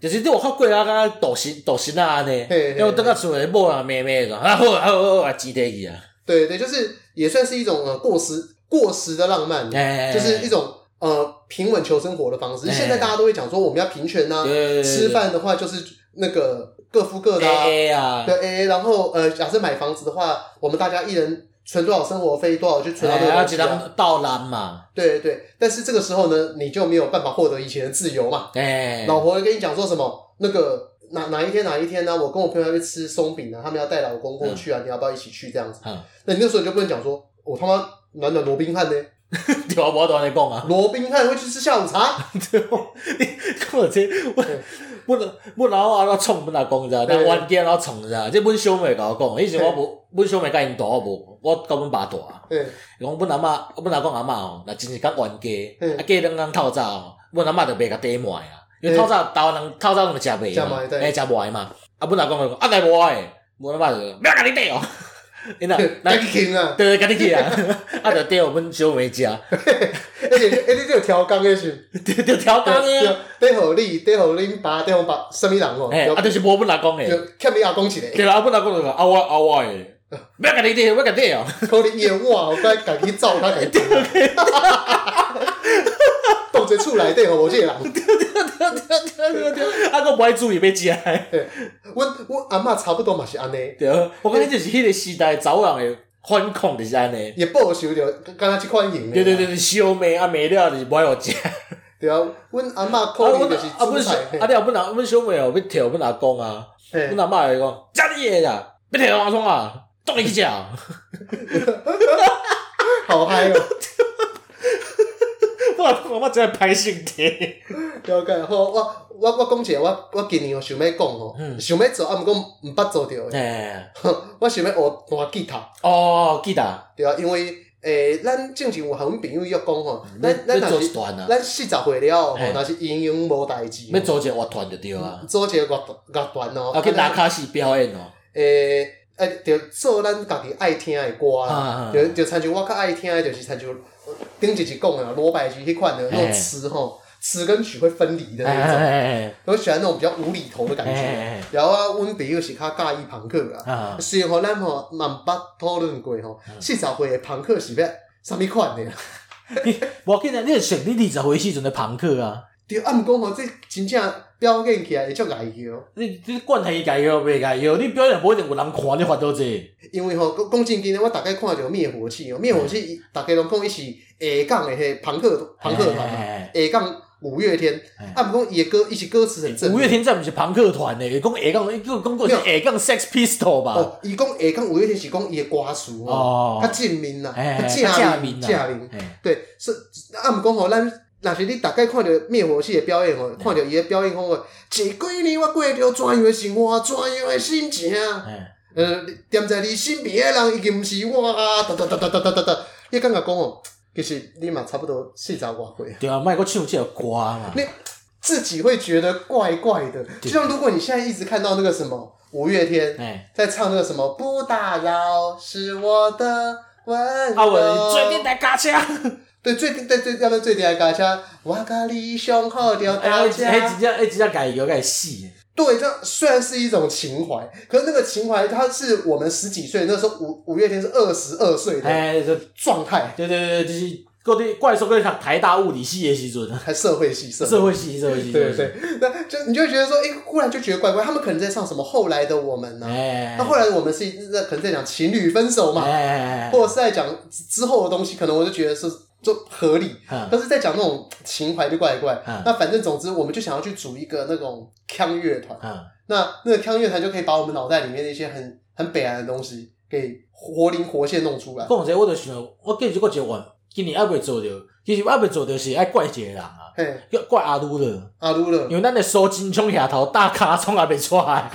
S2: 就是你有看过啊，敢若赌神赌神啊安尼，
S1: 嘿嘿
S2: 因为等下厝内某啊妹妹个，啊好啊好啊好啊，钱摕去啊，
S1: 对对，就是也算是一种呃过时过时的浪漫，
S2: 哎，
S1: 就是一种呃平稳求生活的方式。
S2: 哎
S1: 现在大家都会讲说我们要平权呐、
S2: 对
S1: 吃饭的话就是那个各付各的、啊，
S2: A A 啊，
S1: 对 A A。然后呃，假设买房子的话，我们大家一人存多少生活费，多少去存到
S2: 哎
S1: 多
S2: 啊
S1: 少
S2: 一
S1: 东西啊、
S2: 人倒篮嘛，
S1: 对对，但是这个时候呢，你就没有办法获得以前的自由嘛。
S2: 哎，
S1: 老婆会跟你讲说什么？那个哪哪一天哪一天呢、我跟我朋友要去吃松饼啊，他们要带老公过去啊，你要不要一起去这样子？
S2: 嗯
S1: 那你那时候你就不能讲说，我、他妈暖暖罗宾汉呢？
S2: 对啊，我都安尼讲啊，
S1: 罗宾汉会去吃下午茶？
S2: 我这我
S1: 对
S2: 我我老啊我创本来讲啥，
S1: 对
S2: 但冤家我创啥，这阮小妹甲我讲，迄时我无，阮小妹甲因大我无，我甲阮爸大。
S1: 对，
S2: 伊讲阮阿嬷，阮阿公阿嬷吼，若真是较冤
S1: 嗯
S2: 家，啊嫁两人透早吼，阮阿嬷就袂甲底糜啊，
S1: 嗯
S2: 因为透早台湾人透早拢食糜
S1: 吃
S2: 嘛
S1: 糜，对
S2: 哎食糜嘛，啊阮阿公就讲啊来我诶，阮阿嬷就讲不要甲你底哦，因呐，
S1: 来
S2: 咱
S1: 去啊！
S2: 对对，甲你去啊， 啊就缀互阮小妹食，
S1: 而且哎，你这有调岗的是？
S2: 就就超工诶啊，
S1: 对，对互你，对互恁爸，对互爸，什么人哦？
S2: 哎啊就是无阮阿公诶，
S1: 就欠你阿公一个，
S2: 对啦，啊阮阿公就讲啊我啊我诶，不要甲你底，我甲底哦，
S1: 可能伊的我，我该家己走，他家己走。冻在厝内底吼，无这个人。
S2: 对对对对，啊我无爱注意要食诶。
S1: 对，阮阮阿嬷差不多嘛是安尼，
S2: 对，我感觉就是迄个时代查某人诶反抗就是安尼。
S1: 也报仇着，敢若即款型的。
S2: 啊对对对，对，烧麦啊，卖了就是买互食。
S1: 对啊，阮阿嬷
S2: 啊，
S1: 可能
S2: 阮
S1: 就是
S2: 啊，阮
S1: 猪
S2: 小
S1: 排，
S2: 啊，你啊，阮阿阮小妹哦，要摕阮阿公啊，
S1: 嘿
S2: 阮阿嬷会讲，食你诶啦，要摕我阿公啊，冻你去食。
S1: 好嗨哦、
S3: 我阿嬷真系歹性地。
S1: 了解啊好，我我我讲一个，我我今年哦想要讲哦，
S2: 嗯
S1: 想要做，啊，毋过毋捌做着的。
S2: 诶，
S1: 我想要学弹吉他，
S2: 哦，记得，
S1: 对啊，因为诶、咱正前有和阮朋友约讲吼，咱咱
S2: 嗯要
S1: 若
S2: 做一
S1: 是
S2: 团啊，
S1: 咱四十岁了吼，
S2: 嘿
S1: 若是闲闲无代志，
S2: 要做一个乐团就对啊，
S1: 做一个乐乐团哦，
S2: 啊，去打卡戏表演哦，
S1: 诶，啊，着做咱家己爱听的歌
S2: 啊
S1: 啦，
S2: 啊
S1: 着着亲像我较爱听的，就是亲像顶一集讲的啊罗百吉迄款的那种
S2: 嘿
S1: 词吼，词跟曲会分离的
S2: 哎
S1: 那种，
S2: 哎
S1: 我喜欢那种比较无厘头的感
S2: 哎
S1: 觉。
S2: 哎
S1: 然后啊，阮朋友是较介意朋克啊，
S2: 哎，啊，
S1: 虽然吼咱吼嘛毋捌讨论过吼，四十岁的朋克是要啥物款的？啊
S2: 无紧啊，你是你二十岁时阵的朋克啊，
S1: 对啊，毋过吼，这真正表现起来会足哦爱叫，
S2: 你你管他伊家摇袂家摇，你表演无一定有人看，你发到这，
S1: 因为吼讲讲真经的，我大概看着灭火器哦，灭火器伊大家拢讲伊是下港的迄朋克朋克团嘛，
S2: 哎
S1: 下港五月天
S2: 哎，
S1: 啊，毋过伊的歌伊是歌词很正面。
S2: 五月天再不是朋克团呢，伊讲下杠，伊讲过是下杠 Sex Pistol 吧？
S1: 哦，伊讲下港五月天是讲伊的歌词哦，
S2: 啊哦
S1: 较，正面啦，
S2: 哎
S1: 较正面
S2: 较
S1: 正
S2: 正
S1: 面。
S2: 哎
S1: 对，是啊，毋讲吼，咱若是你大概看着灭火器的表演吼，看着伊的表演讲话，这几年我过着怎样的生活，怎样的心情，
S2: 哎，
S1: 呃，踮在你身边的人已经毋是我啊，哒哒哒哒哒哒哒哒，你感觉讲吼，其实你嘛差不多四十外岁，
S2: 对啊，卖个唱这个歌啊嘛
S1: 你，自己会觉得怪怪的，就像如果你现在一直看到那个什么五月天
S2: 哎，
S1: 在唱那个什么不打扰是我的温柔，
S2: 啊我最近在加车，
S1: 对，最对对，要不然最顶的家车，我甲你上好着
S2: 哎，
S1: 大
S2: 迄真
S1: 家。
S2: 正迄真正家摇家死，
S1: 对，这虽然是一种情怀，可是那个情怀，它是我们十几岁那时候五五月天是二十二岁的
S2: 哎，就
S1: 状态，
S2: 对对对，就是嗰啲怪兽跟台大物理系的时阵，啊
S1: 还社会系社
S2: 社会系社会系，
S1: 对对对，那就你就觉得说，哎，忽然就觉得怪怪，他们可能在唱什么后来的我们呢、
S2: 哎，
S1: 那后来的我们是那可能在讲情侣分手嘛，
S2: 哎，
S1: 或者是在讲之之后的东西，可能我就觉得是就合理，
S2: 嗯
S1: 可是在讲那种情怀就怪怪。
S2: 嗯
S1: 那反正总之，我们就想要去组一个那种腔乐团。
S2: 嗯，
S1: 那那个腔乐团就可以把我们脑袋里面的一些很很北岸的东西给活灵活现弄出来。
S2: 讲者我就想，我记住我一个愿，今年还未做着，其实还未做着是爱怪一个人啊，
S1: 嘿，
S2: 要怪阿鲁了，
S1: 阿鲁了
S2: 因，为咱的苏金昌下头大卡从也未出来，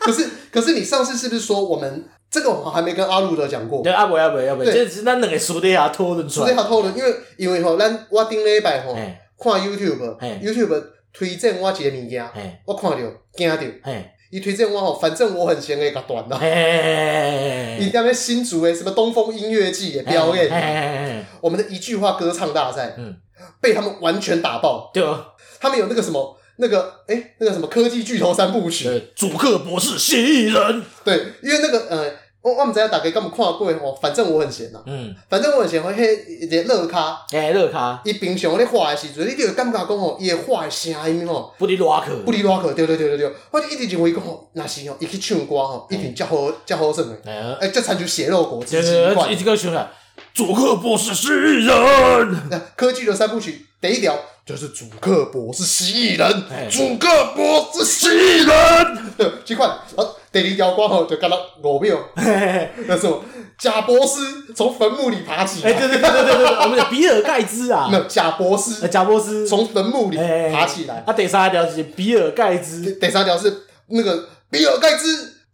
S1: 可是可是你上次是不是说我们这个我们还没跟阿鲁勒讲过？
S2: 对，还未还未还未，这是咱两个私底下讨论出
S1: 所以
S2: 来
S1: 好，透露，因为因为吼，咱我顶礼拜吼
S2: 哎
S1: 看
S2: 嘿
S1: YouTube，YouTube 推荐我一个物件，
S2: 哎
S1: 我看着惊着，
S2: 哎
S1: 伊推荐我吼，反正我很闲的甲断啦。伊
S2: 哎，
S1: 那边新竹的什么东风音乐季的表演，
S2: 哎，
S1: 我们的一句话歌唱大赛，
S2: 嗯
S1: 被他们完全打爆。
S2: 对。
S1: 他们有那个什么那个哎、诶那个什么科技巨头三部曲，
S2: 呃，主客博士蜥蜴人，
S1: 对，因为那个呃，我我们在打给干嘛看过吼，反正我很闲呐、
S2: 嗯，
S1: 反正我很闲，我迄个乐咖，
S2: 哎，乐卡
S1: 伊平常咧画的时阵，你就会感觉讲吼，伊的画的声音吼。
S2: 布里洛克，
S1: 不离拉克，对对对对对，我就一直认为讲吼，若是吼，伊去唱歌吼，
S2: 嗯
S1: 一定较好较好耍的，
S2: 哎，
S1: 哎，这才就血肉果汁
S2: 这
S1: 之
S2: 这
S1: 冠
S2: 一。直个想来，主客博士蜥蜴人，
S1: 那科技的三部曲第一条就是主克伯是蜥蜴人，
S2: 哎
S1: 主克伯是蜥蜴人，对，这款，啊，第二条歌吼就干到五秒，
S2: 哎，
S1: 那是我贾博士从坟墓里爬起
S2: 对哎
S1: 来，
S2: 对对对对对，我们的比尔盖茨啊
S1: 没，有贾博
S2: 呃
S1: 士
S2: 贾博斯，
S1: 从坟墓里
S2: 哎
S1: 爬起来。
S2: 啊，第三条是比尔盖茨，
S1: 第三条是那个比尔盖茨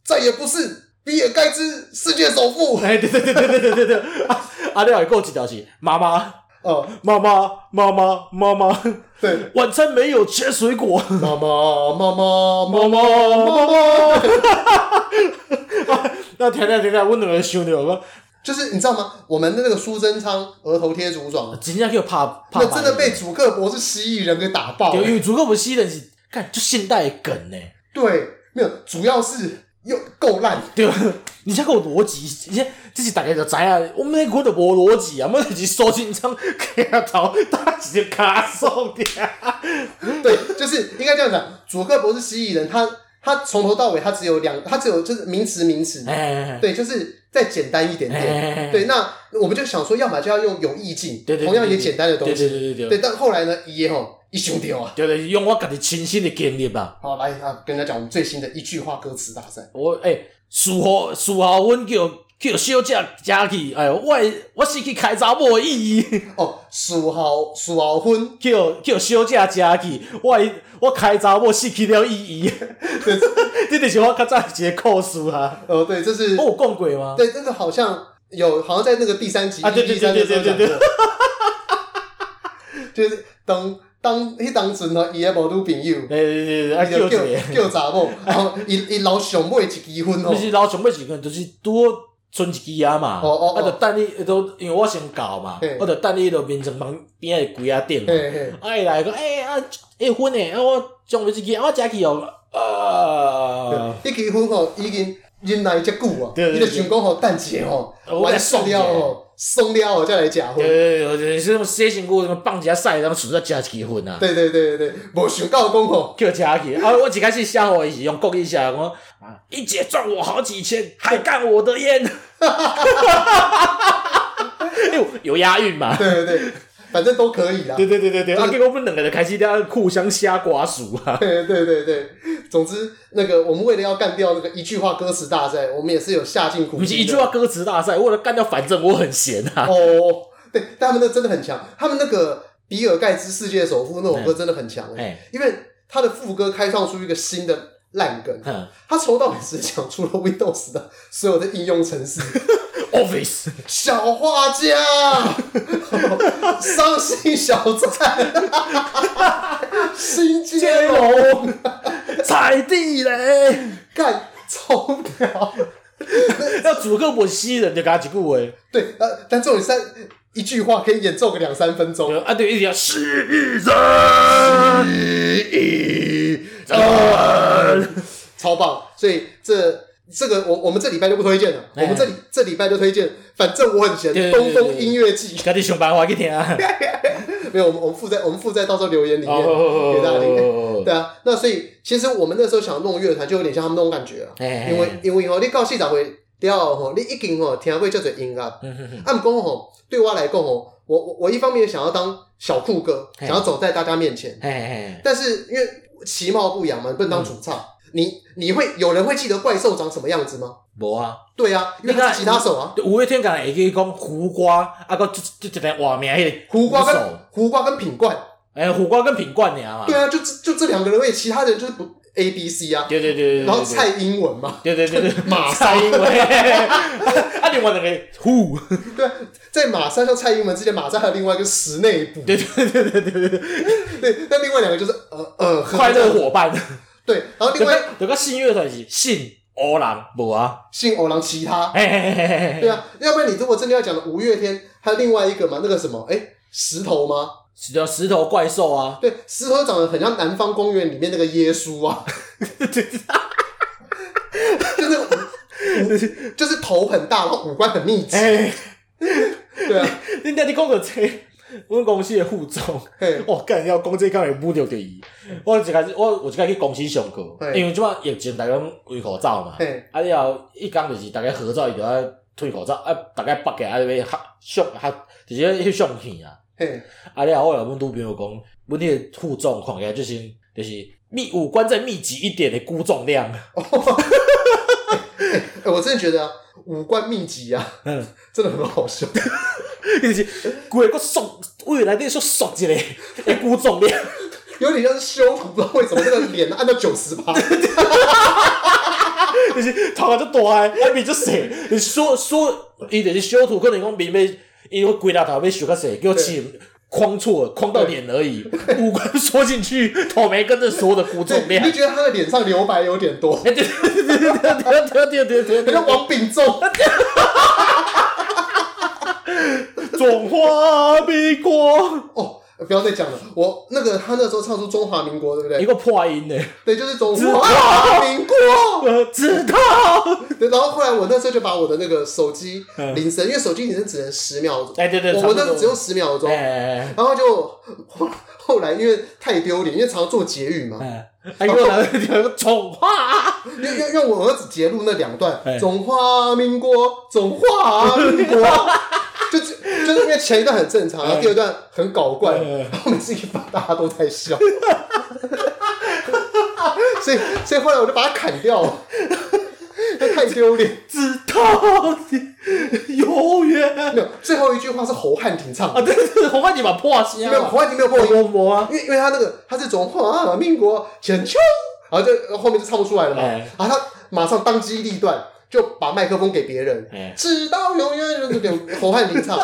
S1: 再也不是比尔盖茨世界首富。
S2: 哎，对对对对对对对对，啊，啊，另外够几条是妈妈
S1: 哦，
S2: 妈妈妈妈妈妈，
S1: 对，
S2: 晚餐没有切水果，
S1: 妈妈妈妈妈
S2: 妈妈
S1: 妈
S2: 妈妈，
S1: 妈，
S2: 那停停停停，我两个想着我
S1: 就是你知道吗？我们的那个苏贞昌额头贴组装
S2: 讲，。哦真正叫拍拍
S1: 那
S2: 白
S1: 真的
S2: 人
S1: 被主克博士蜥蜴人给打爆
S2: 对，因
S1: 了。
S2: 为足够不吸人是，看就现代的梗呢、
S1: 对，没有，主要是又够烂。
S2: 对吧？ 你才有逻辑，你这这是大家就知啊。我们那股就无逻辑啊，我们就是收金枪开头，打一个卡送的。
S1: 对，就是应该这样讲，主克博士蜥蜴人他。他从头到尾他只有两，他只有就是名词名词，
S2: 哎，
S1: 对，就是再简单一点点。
S2: 哎，
S1: 对，那我们就想说，要么就要用有意境，
S2: 对对对
S1: 同样也简单的东
S2: 对
S1: 西。
S2: 对对对
S1: 对，
S2: 对，
S1: 但后来呢，也吼一兄丢啊。
S2: 就是用我家己亲身的经历吧。
S1: 好，来，那跟大家讲我们最新的一句话歌词大赛。
S2: 我诶，事后事后，阮叫叫小姐食去，哎，我的我失去开查某的意义，
S1: 哦，苏豪苏豪婚，
S2: 叫叫小姐食去，我的我开查某失去了意义。 这就是我较早一个故事啊，
S1: 哦，对，这是
S2: 我有讲过吗？
S1: 对，这个好像有，好像在那个第三集
S2: 啊对对
S1: 第三的时候
S2: 对
S1: 讲
S2: 对
S1: 过， 就是当当迄当阵吼，伊也无女朋友，
S2: 对对对对，啊
S1: 伊就
S2: 叫
S1: 叫
S2: 一
S1: 叫查某，然后伊伊老想买一支婚
S2: 个，
S1: 吼
S2: 不，是老想要一个，就是拄好剩一支啊嘛，
S1: 哦哦哦
S2: 啊就等你都因为我先到嘛
S1: 嘿，
S2: 我就等你迄落眠床旁边的柜仔顶嘛，
S1: 嘿嘿，
S2: 啊伊来讲，诶啊，诶婚诶，啊我将要一支，啊我食去哦，啊。
S1: 一支婚吼已经忍耐遮久啊，
S2: 对对
S1: 伊
S2: 对
S1: 就想讲吼，等一下吼，
S2: 哦我来
S1: 完事
S2: 送一下
S1: 了吼，送了后再来食
S2: 对
S1: 婚。
S2: 对对对，是那种洗身躯，什么放一下屎，然后顺便食一支烟啊，
S1: 对对对对对，无想到讲吼，
S2: 叫食去。啊，我一开始写互伊是用国语写，我啊，一姐赚我好几千，还干我的烟，有有押韵嘛？
S1: 对对对，反正都可以啦。
S2: 对对对对对，啊，结果我们两个人开始在互相瞎瓜熟啊。
S1: 对对对对，总之，那个我们为了要干掉那个一句话歌词大赛，我们也是有下尽苦
S2: 不
S1: 力
S2: 是
S1: 的。
S2: 一句话歌词大赛，为了干掉反正我很闲啊。
S1: 哦，对，但他们那真的很强，他们那个比尔盖茨世界首富那首歌真的很强哎、
S2: 嗯哎，
S1: 因为他的副歌开创出一个新的烂梗，
S2: 哼
S1: 他从头到尾只讲出了 Windows 的所有的应用程式，
S2: ，Office，
S1: 小画家，伤心小站， 新
S2: 接
S1: 街楼，
S2: 龙， 踩地雷，
S1: 干超屌。
S2: 要主客不吸人就给他一句话。
S1: 对，呃，但这种三一句话可以演奏个两三分钟。
S2: 啊，对，一条是人， 人，
S1: 超棒！所以这这个我我们这礼拜就不推荐了，
S2: 哎
S1: 我们这里这礼拜就推荐，反正我很闲，
S2: 对对对
S1: 东
S2: 对
S1: 风音乐季。
S2: 赶紧想办法去听啊！
S1: 没有，我们我们附在我们附在到时候留言里面给大家听。
S2: 哦，
S1: 对啊，那所以其实我们那时候想要弄乐团，就有点像他们那种感觉啊，
S2: 哎
S1: 因为因为吼，你到四十岁了后吼，你已经吼听过叫做音乐，啊，不过吼，对我来讲吼，我我我一方面想要当小酷哥，
S2: 哎
S1: 想要走在大家面前，
S2: 哎，
S1: 但是因为其貌不扬嘛，你不能当主唱。你你会有人会记得怪兽长什么样子吗？
S2: 无啊，
S1: 对啊，因为他是吉他手啊，
S2: 五月天敢会去讲胡瓜，啊个就就一个画名迄个
S1: 胡瓜
S2: 鼓
S1: 跟
S2: 手
S1: 胡瓜跟品冠，
S2: 哎，胡瓜跟品冠尔嘛，
S1: 对啊，就这就这两个人而已，其他人就是不 A B C 啊，
S2: 对对对对，对
S1: 然后蔡，英文嘛，
S2: 对对对对，
S1: 马
S2: 赛英文，啊另外两个胡，
S1: 对啊，在马三像蔡英文之前，马三还有另外一个室内部，
S2: 对对对对对对对，
S1: 对，那另外两个就是呃呃
S2: 快乐，伙伴，
S1: 对，然后
S2: 就
S1: 另外
S2: 个就个信乐团是信欧人无啊，
S1: 姓偶郎其他，
S2: 嘿嘿嘿嘿嘿，
S1: 对啊，要不然你如果真的要讲的五月天，还有另外一个嘛，那个什么，哎，石头吗？
S2: 石头石头怪兽啊，
S1: 对，石头长得很像南方公园里面那个耶稣啊， 就是五就是头很大，然后五官很密集，
S2: 哎、
S1: 对啊，
S2: 你你讲到这，阮公司的副总，
S1: 嘿，
S2: 我干要讲这讲会捂着着伊。我一开始我有一开去公司上课，
S1: 嘿
S2: 因为即摆疫情大家拢围口罩嘛
S1: 嘿，
S2: 啊了后一讲就是大家合照伊就要推口罩，啊大家北个啊要翕相翕，就是翕相片啊。
S1: 嘿，
S2: 啊了后我有阮女朋友讲，阮迄个副总看起来就是就是密五官再密集一点的估重量，
S1: 哎我真的觉得、啊、五官密集啊，
S2: 嗯，
S1: 真的很好笑，
S2: 就是规个缩，未来底说缩一个的估重量。
S1: 有点像是修图，不知道为什么那个脸按到九十 八，
S2: 就是头壳就大诶，啊面就细，你说说伊就是修图，可能讲面要伊规大头要修较细，叫起框错，框到脸而已，五官缩进去，头没跟着缩的骨重
S1: 对，
S2: 量
S1: 你。觉得他的脸上留白有点多，
S2: 哎，对对对对对对对对
S1: 很
S2: 对
S1: 像，王炳忠，
S2: 中华民国，
S1: 哦。不要再讲了，我那个他那时候唱出中华民国，对不
S2: 一
S1: 对？
S2: 个破音呢，
S1: 对，就是中华民国。
S2: 呃，知道，
S1: 对，然后后来我那时候就把我的那个手机
S2: 嗯
S1: 铃声，因为手机铃声只能十秒钟，
S2: 哎对对，
S1: 我我那时候只用十秒钟，
S2: 哎
S1: 然后就后后来因为太丢脸，因为常常做节育嘛，
S2: 哎，哎，又来中华
S1: 因为因为因为我儿子截录那两段
S3: 哎，
S1: 中华民国，中华民 国，就就就是因为前一段很正常，
S2: 哎
S1: 然后第二段很搞怪，
S3: 哎
S1: 然后每次一发大家都在笑，所以所以后来我就把它砍掉了， 那太丢脸。
S2: 直到你永远
S1: 没有，最后一句话是侯汉廷唱
S2: 啊！
S1: 的，
S2: 对对对，红汉你把破心
S1: 没有
S2: 啊，
S1: 侯汉廷没有破音，
S2: 摸摸啊，
S1: 因为因为他那个他是从啊民国前秋，然后就呃后面就唱不出来了嘛，
S2: 哎
S1: 然后他马上当机立断就把麦克风给别人，
S2: 哎
S1: 直到永远就是给侯汉林 唱。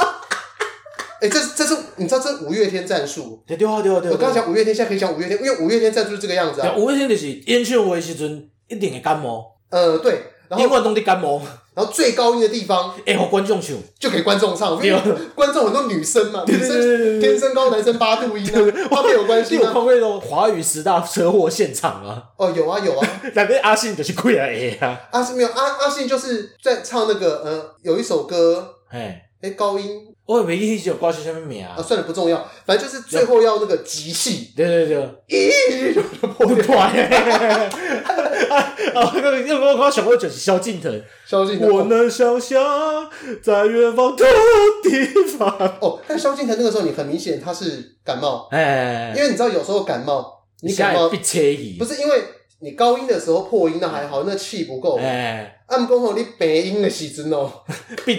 S1: 哎、这是这是你知道这是五月天战术？
S2: 对对啊对啊对啊！
S1: 我刚刚讲五月天，现在可以讲五月天，因为五月天战术是这个样子啊
S2: 讲。五月天就是演唱会的时阵一定会感冒，
S1: 呃，对，然
S2: 永
S1: 后
S2: 远拢在感冒，
S1: 然后最高音的地方
S2: 会互观众唱。
S1: 就给观众唱，因为
S2: 对
S1: 观众很多女生嘛，女
S2: 对对对
S1: 生
S2: 对
S1: 天生高，男生八度音啊，他们有关
S2: 你
S1: 系
S2: 有
S1: 吗
S2: 看？过那种华语十大车祸现场 啊？
S1: 哦，有啊有啊，
S2: 内面阿信就是跪来的 啊，
S1: 阿信没有阿阿信就是在唱那个呃，有一首歌，
S2: 嘿，哦
S1: 哎、高音
S2: 我也没记迄首歌是啥物名啊
S1: 啊，？算了不重要，反正就是最后要那个极细，
S2: 对对对。
S1: 咦，就破
S2: 不
S1: 掉。
S2: 快！啊啊！那个，我刚想过就是萧敬腾，
S1: 萧敬腾，哦
S2: 我能想象在远方的地 方。
S1: 哦，但萧敬腾那个时候你很明显他是感冒，
S2: 哎
S1: 因，为你知道有时候感冒，你感冒
S2: 被切伊
S1: 不，是因为你高音的时候破音那还好，那气不够。
S2: 哎，
S1: 按讲吼，你白音的时阵哦，
S2: 被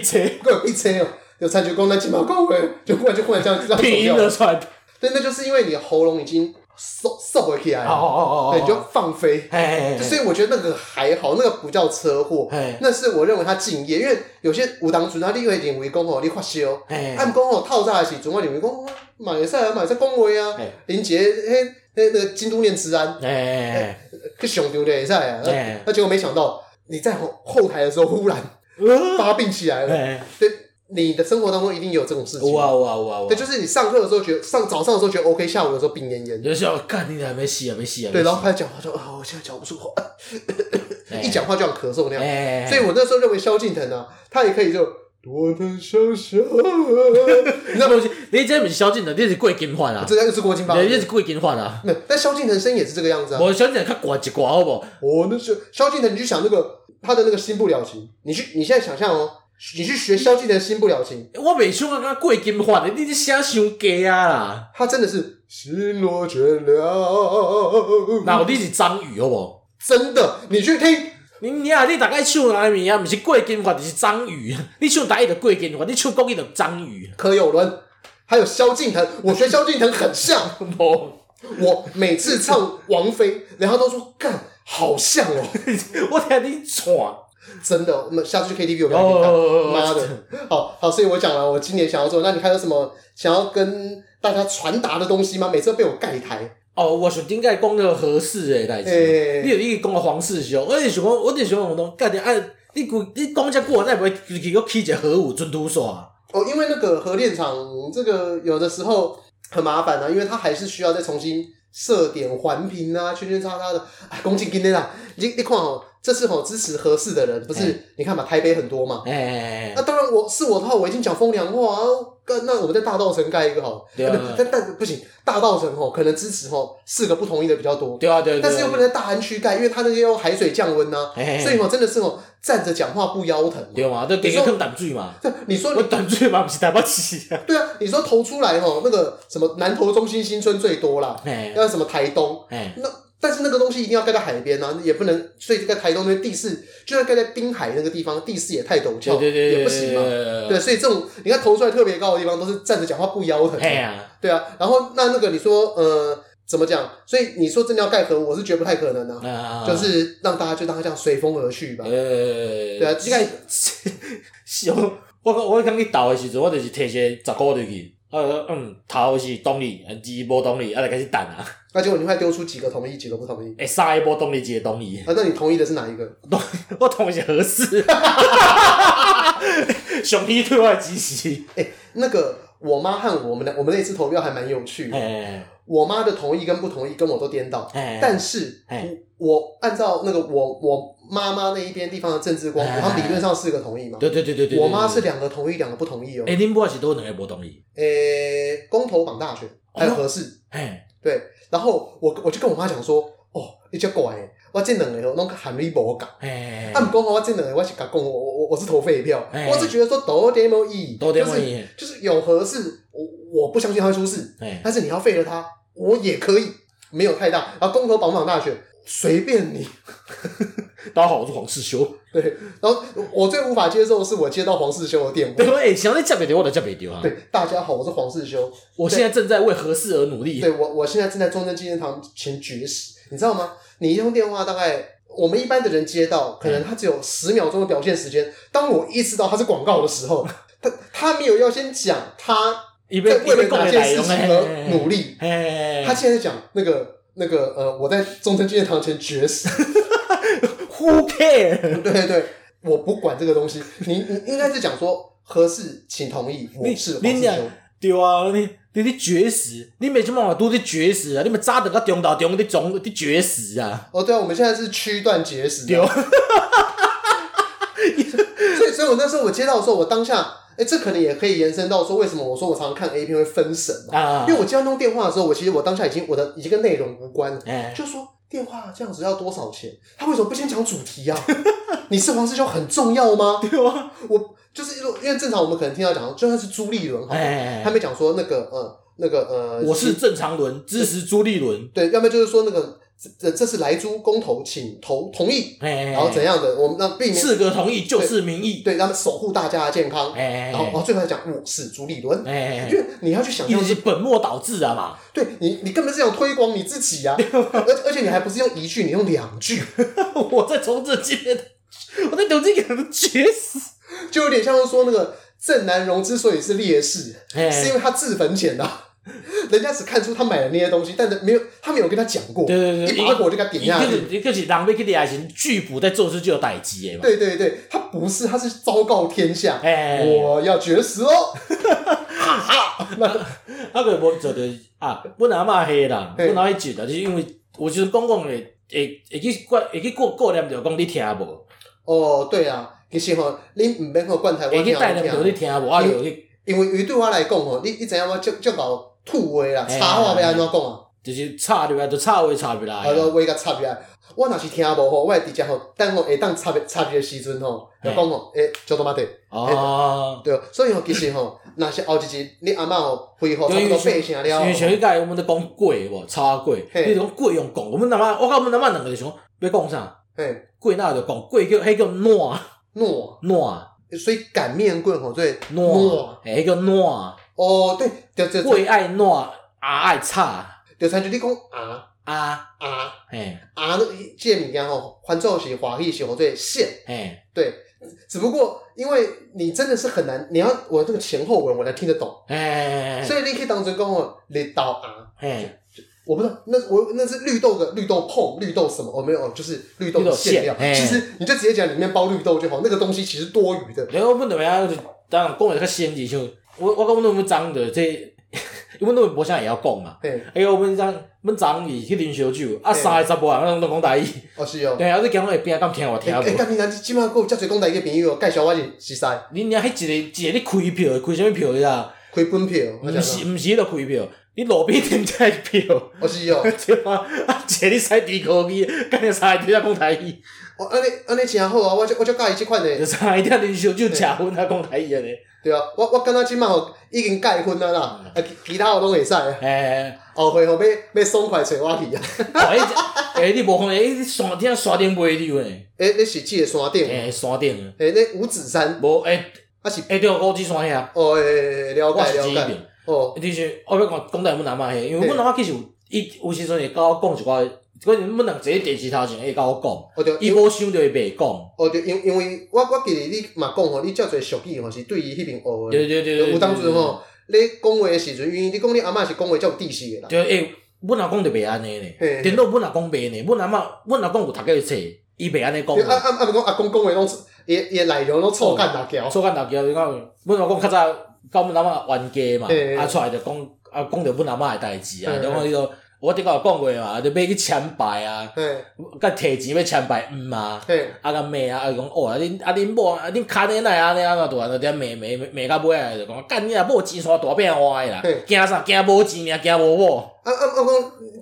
S2: 切，
S1: 够一车哦，就察觉功能起码够了，就忽然就忽然这样这样走
S2: 拼音
S1: 掉
S2: 的
S1: 了。
S2: 出来。
S1: 对，那就是因为你喉咙已经收收回起来
S2: 哦
S1: 了，
S2: 哦哦哦，
S1: 哎对，你就放飞。
S2: 哎，
S1: 所以我觉得那个还好，那个不叫车祸
S2: 哎，
S1: 那是我认为他敬业，因为有些武当主他另外一点围攻吼，你发烧。
S2: 哎
S1: 啊，毋讲吼，透早诶时阵，我认为讲嘛会使啊，嘛会使讲话啊
S2: 嘿。
S1: 林杰迄迄那个京都念慈安
S2: 哎
S1: 去上场就会使啊
S2: 嘿。
S1: 那结果没想到你在后后台的时候忽然 发病起来了。
S2: 哎，
S1: 对，你的生活当中一定有这种事情
S2: 有。啊有啊有啊有啊
S1: 对，就！是你上课的时候觉得上早上的时候觉得 OK，下午的时候病恹恹。
S2: 有时候干你还没洗啊没洗啊，
S1: 对，然后他讲话就啊，我现在讲不出话，
S2: 嘿
S1: 一讲话就想咳嗽那样。
S2: 哎，
S1: 所以我那时候认为萧敬腾啊，他也可以就多能想 象，你知道吗？
S2: 你这不是萧敬腾，你是贵金焕啊，
S1: 这又是郭金发。
S2: 你这是贵金焕啊。
S1: 没有，但萧敬腾声音也是这个样子啊。
S2: 我萧敬腾较悬一寡好不好？
S1: 我那是萧敬腾，你去想那个他的那个新不了情，你去你现在想象哦，你去学萧敬腾新不了情，
S2: 我未想讲过金发的，你这写伤低啊啦！
S1: 他真的是心若倦了，
S2: 然后你是章鱼好无？
S1: 真的，你去听，
S2: 你娘，你大概唱哪物啊？毋是过金发，就是章鱼。你唱台语就过金发，你唱国语就章鱼。
S1: 柯有伦，还有萧敬腾，我学萧敬腾很像，
S2: 无，
S1: 我每次唱王菲，然后都说干好像哦，
S2: 我听你串。
S1: 真的，我们下次去 KTV 我
S2: 哦
S1: 给你看。妈的， 好好，所以我讲了，我今年想要做，那你还有什么想要跟大家传达的东西吗？每次都被我盖台，
S2: 哦，我想顶个讲个合适诶代志。
S1: 诶、
S2: 你有你讲个皇室是哦，我就想讲，我就想讲，讲干你啊，你古你讲遮久，那袂自己去起一个啊核武准突煞？
S1: 哦，因为那个核电厂这个有的时候很麻烦啊，因为它还是需要再重新设点环评啊，圈圈叉叉的。哎，恭敬今天啊，你你看哦，这次哦支持合适的人，不是、你看嘛，台北很多嘛。
S2: 诶
S1: 那、，当然我，是我的话，我已经讲风凉话啊。干那我们在大道城盖一个好了，
S2: 对啊
S1: 但但不行，大道城哦，可能支持哦四个不同意的比较多，
S2: 对啊对啊对啊。哎
S1: 但是又不能在大安区盖，因为它那些用海水降温呐、
S2: 嘿嘿嘿
S1: 所以哦真的是哦站着讲话不腰疼。
S2: 对嘛，都给
S1: 你
S2: 个
S1: 说
S2: 坑淡水嘛。
S1: 你说你
S2: 我淡水嘛，毋是台北市啊。
S1: 对啊，你说投出来吼，那个什么南投中心新村最多啦，
S2: 嘿
S1: 要什么台东，
S2: 哎，
S1: 那但是那个东西一定要盖在海边啊，也不能，所以这个台东那边地势，就算盖在滨海那个地方，地势也太陡峭，
S2: 对对对，
S1: 哦也不行嘛。
S2: 嘛
S1: 对，，所以这种你看投出来特别高的地方，都是站着讲话不腰疼。
S2: 哎呀，
S1: 对啊，然后那那个你说呃怎么讲？所以你说真的要盖河，我是觉得不太可能的、
S2: 啊
S1: 就是让大家就当它这样随风而去吧
S2: 呃，。
S1: 对啊
S2: 这个是哦，我我我刚去投的时阵，我就是摕一个十箍入去，啊嗯，头是同意，啊二无同意，啊就开始等啊，
S1: 那结果你会丢出几个同意，几个不同意？
S2: 诶三个无同意，一个同意，
S1: 啊，那你同意的是哪一个？
S2: 我同意是合适， 上天对我的支持，
S1: 那个我妈和我们的我们那次投票还蛮有趣的，
S2: 哎
S1: 我妈的同意跟不同意跟我都颠倒，
S2: 哎，
S1: 但是
S2: 哎
S1: 我我按照那个我我妈妈那一边地方的政治光谱，
S2: 哎
S1: 他们理论上四个同意嘛。
S2: 对对对对对，哎
S1: 我妈
S2: 对
S1: 是，两个同意，两个不同意哦
S2: 对。诶，恁某是多两个无同意，
S1: 诶，公投绑大选，还有合适，
S2: 哎，
S1: 对。然后我我就跟我妈讲说，哦，你这乖，我这两个拢含你无共。
S2: 哎
S1: 啊，，毋讲吼，我这两个我是甲讲，我我我是投废票，
S2: 哎
S1: 我是觉得说都点没有意义，
S2: 都点没有意义
S1: 就是就是永和是我我不相信他会出事，
S2: 哎，
S1: 但是你要废了他，我也可以，没有太大。然后公投保党大选随便你，
S2: 大家好，我是黄世修。
S1: 对。然后我最无法接受的是我接到黄世修的电话
S2: 对，，哎，想你接北丢，我来接北丢啊！
S1: 对，大家好，我是黄世修，
S2: 我现在正在为何事而努力。
S1: 对我我现在正在中正纪念堂前绝食，你知道吗？你一通电话大概。我们一般的人接到，可能他只有十秒钟的表现时间。当我意识到他是广告的时候， 他他没有要先讲他
S2: 一边
S1: 在
S2: 一
S1: 为了
S2: 边
S1: 哪
S2: 讲
S1: 件
S2: 内
S1: 事
S2: 容
S1: 情而努力。
S2: 哎，
S1: 他现在讲那个那个呃，我在中正纪念堂前绝食，
S2: Who care？
S1: 对对对，我不管这个东西。你你应该是讲说合适，请同意，我
S2: 你
S1: 是黄
S2: 你
S1: 世
S2: 俩
S1: 修。
S2: 对啊，你你你绝食，你每种办法都在绝食啊！你们早等到中岛中，你总你绝食啊！
S1: 哦，对啊，我们现在是区段节食
S2: 对
S1: 啊。 所以，所以我那时候我接到的时候，我当下，哎，这可能也可以延伸到说，为什么我说我常常看 A 片会分神嘛？
S2: 啊，
S1: 因为我接到那通电话的时候，我其实我当下已经我的已经跟内容无关了，
S2: 哎
S1: 就说电话这样子要多少钱？他为什么不先讲主题啊？ 你是黄师兄很重要吗？
S2: 对啊，
S1: 我就是因为因为正常我们可能听到讲，就算是朱立伦好了，
S2: 哎
S1: 他没讲说那个呃那个呃，
S2: 我是郑常伦，支持朱立伦。
S1: 对，要么就是说那个这这是莱猪公投，请投同意，
S2: 哎，
S1: 然后怎样的，我们让避免
S2: 四个同意就是民意。
S1: 对让他们守护大家的健康，
S2: 哎，
S1: 然后然后最后再讲我是朱立伦，
S2: 哎，
S1: 因为你要去想
S2: 一
S1: 象
S2: 直是本末倒置啊嘛。
S1: 对你，你根本是想推广你自己呀、而而且你还不是用一句，你用两句，
S2: 我在从这今天，我在等这个人绝死。
S1: 就有点像是说那个郑南荣之所以是烈士，
S2: 哎
S1: 是因为他自焚前的、 人家只看出他买了那些东西，但是没有他没有跟他讲过，
S2: 对对对，
S1: 一把火就给他点下去。
S2: 一个是人被去掠是拒捕在做事就有代志的嘛。
S1: 对对对，他不是，他是昭告天下，
S2: 哎
S1: 我要绝食哦。
S2: 啊个无做着啊，阮阿嬷迄人，
S1: 嘿
S2: 阮阿迄集啦，就是因为有时阵讲讲会会会去过会去过过念着讲你听无，
S1: 哦，对啊，其实吼，你唔免去管台
S2: 会
S1: 湾
S2: 去
S1: 听
S2: 带
S1: 不
S2: 念着你
S1: 听，
S2: 听无，啊就去
S1: 因为伊对我来讲吼，你你知影我足足够吐话啦，
S2: 哎
S1: 插话要安怎讲啊？
S2: 就是插入来，就插话插入来
S1: 啊，我
S2: 啊。
S1: 我甲插入来，我若是听无吼，我会直接吼，等吼下当插入插入的时阵吼，就讲吼，诶，做多嘛地，
S2: 哦，
S1: 对，所以吼，其实 吼，若是后一集你阿嬷吼恢复差
S2: 因
S1: 不
S2: 为
S1: 多
S2: 像
S1: 八成了
S2: 因为，前一届我们在讲鬼无插鬼，
S1: 嘿
S2: 你讲鬼用讲，我们阿嬷，我甲阮阿嬷两个就想要讲啥，
S1: 嘿，
S2: 鬼哪有就讲鬼叫迄叫烂
S1: 糯，
S2: 烂
S1: 所以擀面棍吼，所以糯
S2: 烂，，哎迄叫烂，
S1: 哦，对，就就
S2: 鬼爱烂，啊爱插
S1: 就参照你讲啊
S2: 啊，
S1: 啊
S2: 嘿
S1: 啊，这个物件吼，翻做是华语是吼，做线，
S2: 嘿
S1: 对，只不过因为你真的是很难，你要我这个前后文我才听得懂，
S2: 嘿
S1: 所以你可以当成讲吼，你倒啊。
S2: 嘿。
S1: 我不知道，那我那是绿豆的绿豆碰绿豆什么？哦，没有，哦就是绿豆
S2: 绿
S1: 的
S2: 豆馅
S1: 馅
S2: 哎
S1: 料。
S2: 嘿
S1: 其实你就直接讲里面包绿豆就好，那个东西其实多余的。
S2: 然后阮就要当然讲的较先进，像我我讲阮阮张的这，因为阮拢无啥会晓讲嘛。
S1: 嘿，
S2: 哎呦，阮张阮张伊去啉烧酒，啊
S1: 嘿
S2: 三个十无人拢拢讲台语，
S1: 哦是哦。
S2: 对啊，你讲会边敢听我听
S1: 哎，哎
S2: 无？
S1: 干你娘！你今晚给我遮侪讲台语的朋友哦，介绍我是是啥？
S2: 恁遐迄一个一个咧开票的，开啥物票的啊？
S1: 开本票，哦我
S2: 毋
S1: 想
S2: 是
S1: 讲
S2: 毋是咧开票，你路边停车的票，
S1: 哦是哦。
S2: 对啊，啊一个咧使地科技，干你三个伫遐讲台语，
S1: 哦，安尼安尼真好啊！我就我就介意这款
S2: 就
S1: 的，
S2: 三个伫遐啉烧酒、食薰啊讲台语安尼。
S1: 对啊。我我感觉今晚吼已经戒婚啊
S2: 嗯
S1: 啦，啊其其他我拢会使啊。
S2: 哎，
S1: 后悔吼要要爽快找我去啊！
S2: 哎，哎，你无看，哎，你山顶山顶袂溜诶，
S1: 诶，你是即个山顶吗？
S2: 哎，山顶的。
S1: 诶，那五指山
S2: 无诶
S1: 啊是
S2: 诶，对，五指山遐，
S1: 哦诶，了
S2: 我
S1: 解
S2: 是
S1: 了
S2: 这一
S1: 解
S2: 边。
S1: 哦，
S2: 就是我要讲讲到阮阿嬷遐，因为阮阿嬷其实有伊有时阵会甲我讲一寡，可能阮人坐伫电视头前会甲我
S1: 哦我就
S2: 讲，伊无想着会袂讲。
S1: 哦，对，因因为我我记得你嘛讲吼，你遮侪俗语吼是对伊迄边学的。
S2: 对对对对，
S1: 有当
S2: 时
S1: 时，吼，你讲话的时阵，因为你讲你阿嬷是讲话较有知识的啦。
S2: 对哎诶，阮阿公就袂安尼咧，
S1: 嘿
S2: 顶到阮阿公袂呢，阮阿嬷，阮阿公有读过册，伊袂安尼讲
S1: 对啊
S2: 啦。
S1: 啊啊！毋讲阿公讲话拢伊伊内容拢臭干辣椒。
S2: 所以讲大家你看，阮阿公较早甲阮阿嬷冤家嘛
S1: 嘿，
S2: 啊出来就讲啊讲着阮阿嬷诶代志啊，
S1: 嘿
S2: 就讲迄个我顶下有讲过嘛，就买去签牌啊。
S1: 嘿，
S2: 甲摕钱要签牌毋啊，
S1: 嘿，
S2: 啊甲骂啊，啊讲哦，啊恁啊恁某啊恁卡恁来安尼啊，大就点骂骂骂到尾啊，就讲干你啊某钱山大变歪啦
S1: 嘿，
S2: 啊惊啥惊无钱命，惊无某，
S1: 啊啊啊啊！讲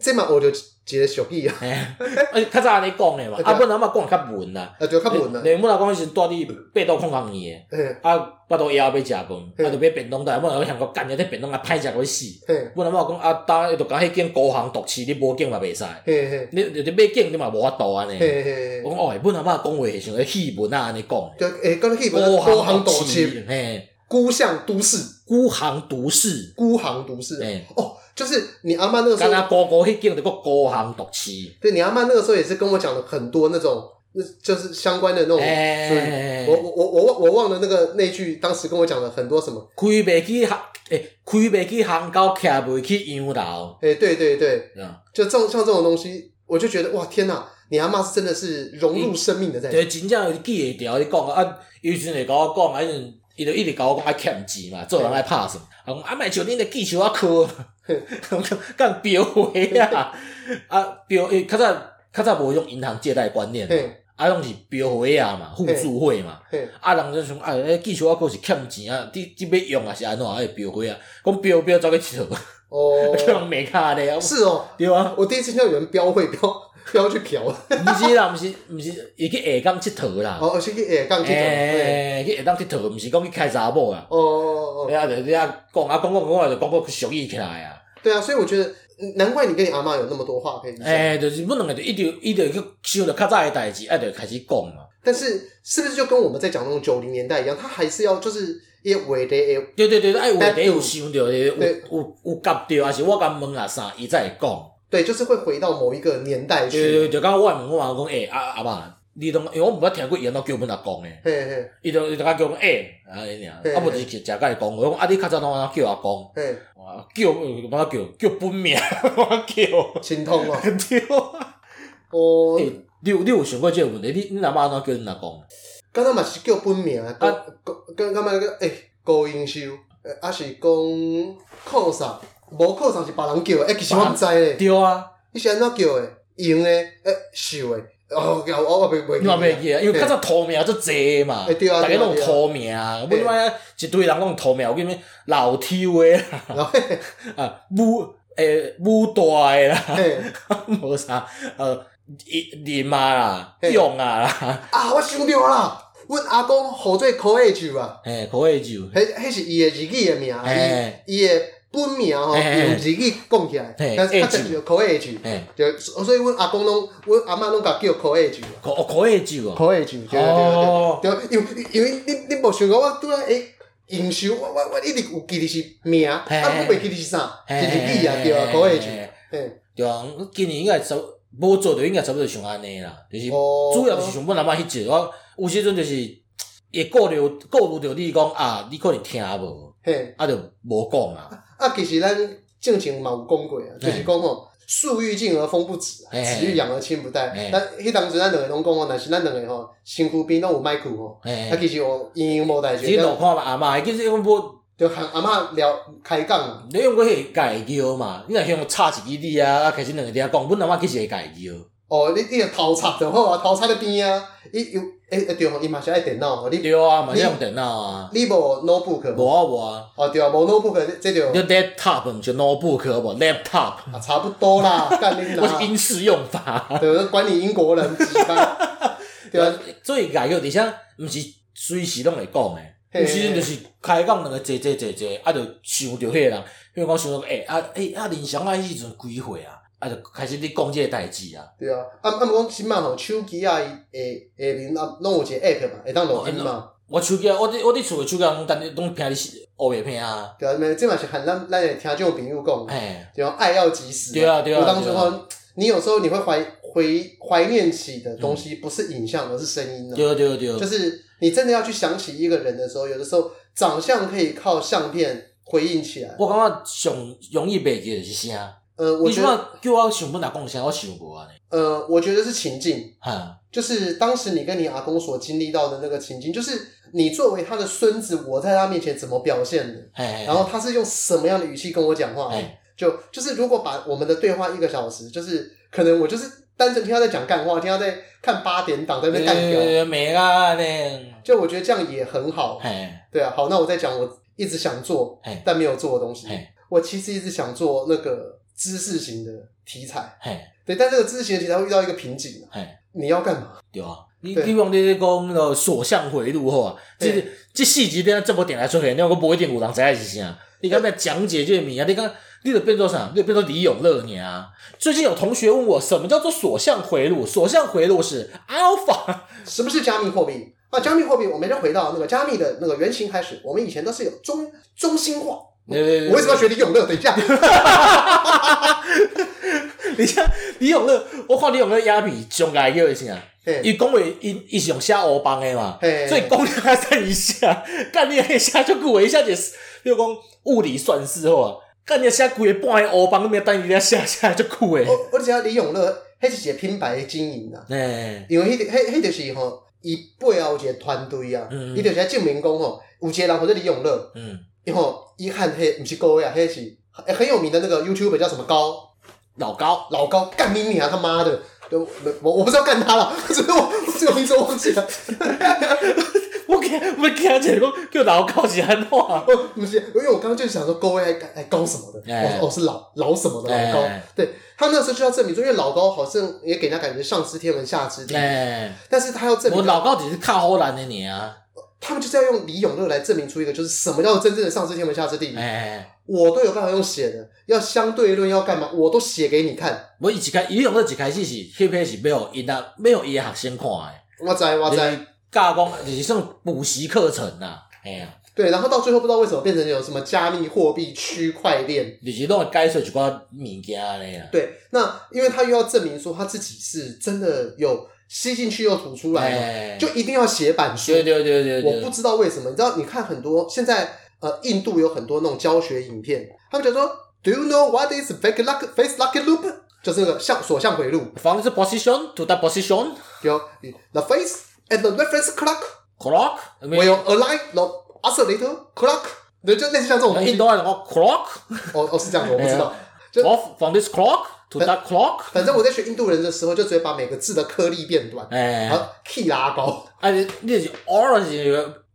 S1: 这嘛学着一个俗语啊，
S2: 哎，而且较早安尼讲诶嘛，啊，
S1: 对啊
S2: 本来嘛讲得较文啦，欸
S1: 啊，就较文啊，
S2: 你本来讲是住伫八道空空年诶，
S1: 嘿，
S2: 啊，巴肚枵要食饭，
S1: 嗯
S2: 啊，就买便当台，本来我想讲干日啲便当啊歹食到要死，
S1: 嘿，
S2: 本来嘛讲啊，当就讲迄间孤行独市，你无景嘛袂使，
S1: 嘿嘿，
S2: 你你买景你嘛无法度安尼。
S1: 嘿嘿，
S2: 我
S1: 嘿
S2: 讲哦，本阿妈讲话是像个戏文啊安尼讲的，
S1: 就诶，刚才去本孤啊行独市，
S2: 嘿，
S1: 孤巷都市，
S2: 孤行独市，
S1: 孤行都市
S2: 嘿，
S1: 哦，就是你阿妈那个时
S2: 敢
S1: 候
S2: 若高高迄间就个孤行独市，
S1: 对你阿妈那个时候也是跟我讲了很多那种，那就是相关的那种。
S2: 哎，
S1: 哦我我我我忘我忘了那个那句，当时跟我讲了很多什么？
S2: 开袂起行，诶，开袂起行到徛袂起洋楼，
S1: 哎、对对对，
S2: 啊，
S1: 就这种像这种东西，我就觉得哇天哪，你阿妈是真的是融入生命的在
S2: 就。真正记会牢你讲啊，伊时阵会甲我讲，啊，迄阵伊就一直甲我讲爱欠钱嘛，做人爱拍算，啊，讲啊，莫像恁咧记仇啊科， 干标会啊，啊标，诶，较早较早无迄种银行借贷观念嘛。
S1: 嘿，
S2: 啊，拢是标会啊嘛，互助会嘛。
S1: 嘿，
S2: 啊，人就想，哎，迄技术啊，可是欠钱啊，你你要用啊是安怎？哎，标会啊，讲标标走去佚 佗，
S1: 哦，
S2: 叫人骂卡 咧，
S1: 是哦，
S2: 对啊，
S1: 我第一次听到有人标会标标去嫖，
S2: 毋是啦，毋是毋是，伊去下港佚佗啦，
S1: 哦，而且去哎杠这种，对
S2: 诶，去下港佚佗，毋是讲去开查某啦。
S1: 哦哦哦，
S2: 啊，就你啊讲啊讲讲讲啊，就讲到俗语起来啊。
S1: 对啊，所以我觉得嗯难怪你跟你阿妈有那么多话可以讲。
S2: 诶，就是阮两个就一直一直去想着较早诶代志，啊，就开始讲嘛。
S1: 但是是不是就跟我们在讲那种九零年代一样，他还是要就是一为的也
S2: 对对对，啊，有话题
S1: 对
S2: 有想着，有
S1: 对
S2: 有有夹着，还是我甲问啊啥，伊才会讲。
S1: 对，就是会回到某一个年代
S2: 对
S1: 去。
S2: 对，就讲我问我阿公，诶、阿阿爸，你拢，因为我毋捌听过伊安怎叫阮阿公诶，
S1: 嘿嘿
S2: 伊就伊就甲叫我诶，啊尼尔，啊无就是直接甲伊讲，我讲啊你较早拢安怎叫阿公，
S1: 嘿，
S2: 啊叫安怎叫叫本名，我叫，
S1: 心痛哦。
S2: 对啊。哎
S1: 哦，
S2: 你有你有想过即个问题？你你阿妈安怎叫恁阿公？
S1: 刚刚嘛是叫本名啊，跟跟刚刚那个诶高英修，呃啊是讲靠啥？无靠啥是别人叫的，诶，哎其实我毋知咧，
S2: 对啊，
S1: 你是安怎叫的？用的诶秀的，哦，我我袂袂
S2: 你嘛袂记啊，因为较早土名足济嘛，
S1: 欸对啊
S2: 大家
S1: 对啊
S2: 拢有土名，阮遐一堆人拢有土名，有叫咩老抽诶啦，
S1: 然后嘿
S2: 啊武诶武大诶啦。
S1: 嘿
S2: 无啥，呃，林林啊啦，
S1: 嘿
S2: 用啊啦，
S1: 啊，我想着啦，阮阿公号做可爱酒啊。
S2: 嘿，可以就，
S1: 迄迄是伊的日语的名，
S2: 嘿
S1: 伊伊的本名吼
S2: 嘿嘿
S1: 用日语讲起来，
S2: 嘿
S1: 但是较
S2: 会
S1: 侪就口语句，
S2: 嘿，
S1: 就所以阮阿公拢，阮阿嬷拢甲叫口语句啊，
S2: 可哦可以就哦，
S1: 口语句，对啊对
S2: 哦，
S1: 对，对，因为因为你你无想讲我拄仔会营收，我我我一直有记得是名，啊，
S2: 嘿
S1: 我袂记得是啥，是
S2: 嘿
S1: 日语啊，对啊，口语句，
S2: 嘿
S1: 嘿，
S2: 对啊，今年应该差不多无做着应该差不多像安尼啦，就是
S1: 哦
S2: 主要就是想阮阿妈迄集，我有时阵就是会顾虑顾虑着你讲啊，你可能听无，
S1: 嘿，
S2: 啊就无讲啊，
S1: 啊，其实咱正前嘛有讲过啊，
S2: 哎
S1: 就是讲吼。树欲静而风不止啊，
S2: 嘿嘿
S1: 子欲养而亲不待
S2: 嘿。
S1: 咱迄当时咱两个拢讲吼，若是咱两个吼，身躯边拢有麦克吼，啊，
S2: 嘿，
S1: 其实我因为无代志
S2: 你，落看嘛阿妈，其实我无。
S1: 就和阿嬷聊开讲啊。
S2: 你用过迄个会叫嘛？你若向插一支你啊，啊开始两个伫遐讲，阮阿妈其实会家己叫。
S1: 哦，你你就头插就好啊，头插在边啊。伊有诶诶对吼，伊嘛是爱电脑吼，你
S2: 对啊，嘛是用电脑啊，
S1: 你无 notebook
S2: 无
S1: 无？
S2: 啊无啊，
S1: 哦对啊，无 notebook 这这
S2: 你
S1: 就
S2: laptop 毋是 notebook 好无 laptop，
S1: 啊差不多啦，干你
S2: 我是
S1: 啦，
S2: 英式用法。
S1: 对，管你英国人几班， 对啊，，
S2: 所以外语而且毋是随时拢会讲诶，
S1: 嘿
S2: 有时阵就是开讲两个坐坐坐坐，啊，就想着迄个人，比如讲想到诶啊诶啊林翔啊，迄时阵几岁啊？啊，就开始咧讲即个代志啊。
S1: 对啊。啊啊，毋过即满吼，手机啊伊诶诶面啊，拢有一个 app 嘛，会当录音嘛，
S2: 我手机啊，我伫我伫厝诶手机啊，拢等你拢听你乌白片啊，
S1: 对啊，咩这嘛是和咱咱诶听众朋友讲的。
S2: 嘿，
S1: 对啊，爱要及时。
S2: 哎对啊对啊
S1: 我当时
S2: 对啊
S1: 候，你有时候你会怀回怀念起的东西，不是影像，而是声音呢。啊
S2: 嗯对对对，啊
S1: 就是你真的要去想起一个人的时候，有的时候长相可以靠相片回应起来。
S2: 我感觉上容易袂记就是啥，
S1: 呃，我
S2: 你
S1: 觉
S2: 即
S1: 得，
S2: 码叫我想要哪讲啥，我想无安尼，
S1: 呃，我觉得是情境，
S2: 哈。
S1: 就是当时你跟你阿公所经历到的那个情境，就是你作为他的孙子，我在他面前怎么表现的，
S2: 哎，
S1: 然后他是用什么样的语气跟我讲话的。
S2: 哎，
S1: 就就是如果把我们的对话一个小时，就是可能我就是单纯听他在讲干话，听他在看八点档在那边干掉，
S2: 呃，没啊呢，
S1: 就我觉得这样也很好。
S2: 哎
S1: 对啊，好，那我再讲我一直想做
S2: 哎
S1: 但没有做的东西。
S2: 哎，
S1: 我其实一直想做那个知识型的题材，
S2: 嘿，
S1: 对，但这个知识型的题材会遇到一个瓶颈、啊，
S2: 嘿，
S1: 你要干嘛？
S2: 对啊。你
S1: 对
S2: 你用你咧讲那个所向回路吼啊，这
S1: 对
S2: 这四集你这部电台出现，你我无一定有人知影是啥。你敢要讲解这个物啊？你敢你就变做啥？你就变做李永乐尔啊！最近有同学问我，什么叫做所向回路？所向回路是 alpha
S1: 什么是加密货币？啊，加密货币，我们就回到那个加密的那个原型开始。我们以前都是有中中心化，
S2: 对。对对
S1: 我为什么要学李永乐？等一 下，
S2: 你像李永乐，我看李永乐鸦片上来叫一啥？
S1: 嘿
S2: 伊讲话伊伊是用写乌帮的嘛，
S1: 嘿
S2: 所以讲他算一下， 干你那写就久的，一下就是，比如讲物理算式吼啊，干你写规个半个乌帮，你免等伊遐写写就久的，
S1: 我我只要李永乐，迄是一个品牌的经营啊，
S2: 哎，
S1: 因为迄迄迄就是吼，伊背后有一个团队啊，
S2: 嗯
S1: 伊就是要证明讲吼，有一个人或者李永乐，
S2: 嗯，
S1: 伊吼伊喊迄毋是高呀，迄是很很有名的那个 YouTube 叫什么高，
S2: 老高，
S1: 老高干你娘他妈的！对，我我我不是要干他了， 只是我这个名字我忘记了。
S2: 我给我给他讲讲叫老高是安怎啊？
S1: 我哦不是，因为我刚刚就想说高哎哎高什么的，
S2: 哎
S1: 哦哦是老老什么的老高
S2: 哎。
S1: 对他那时候就要证明说，因为老高好像也给人家感觉上知天文下知地，
S2: 哎，
S1: 但是他要证
S2: 我
S1: 明，
S2: 老高只是靠荷兰的你啊，
S1: 他们就是要用李永乐来证明出一个就是什么叫真正的上知天文下知地。
S2: 哎，
S1: 我都有办法用写的，要相对论要干嘛，我都写给你看。
S2: 我一开李永乐一开始是翕片是没有伊那没有伊的学生看的。
S1: 哇塞哇
S2: 就是
S1: 塞，
S2: 教讲就是算补习课程呐、啊，哎呀、
S1: 对，然后到最后不知道为什么变成有什么加密货币、区块链，
S2: 就是拢会解说一寡物件安尼啊。
S1: 对，那因为他又要证明说他自己是真的有吸进去又吐出来嘛，
S2: 哎，
S1: 就一定要写板书。
S2: 对对对对
S1: 我
S2: 对
S1: 不，知道为什么，你知道？你看很多现在呃，印度有很多那种教学影片，他们讲说，Do you know what is fake luck face lucky loop？就是那个向所向回路，
S2: from the position to the position
S1: 有 the face and the reference clock
S2: clock，
S1: will align the oscillator clock，对，就类似像这种东
S2: 印
S1: 西。
S2: 度人讲 clock，
S1: 哦哦，是这样的，我不知道。就
S2: off from this clock to that clock，
S1: 反正我在学印度人的时候，就直接把每个字的颗粒变短，
S2: 哎
S1: 然，后 key 拉高。
S2: 啊你你是 orange。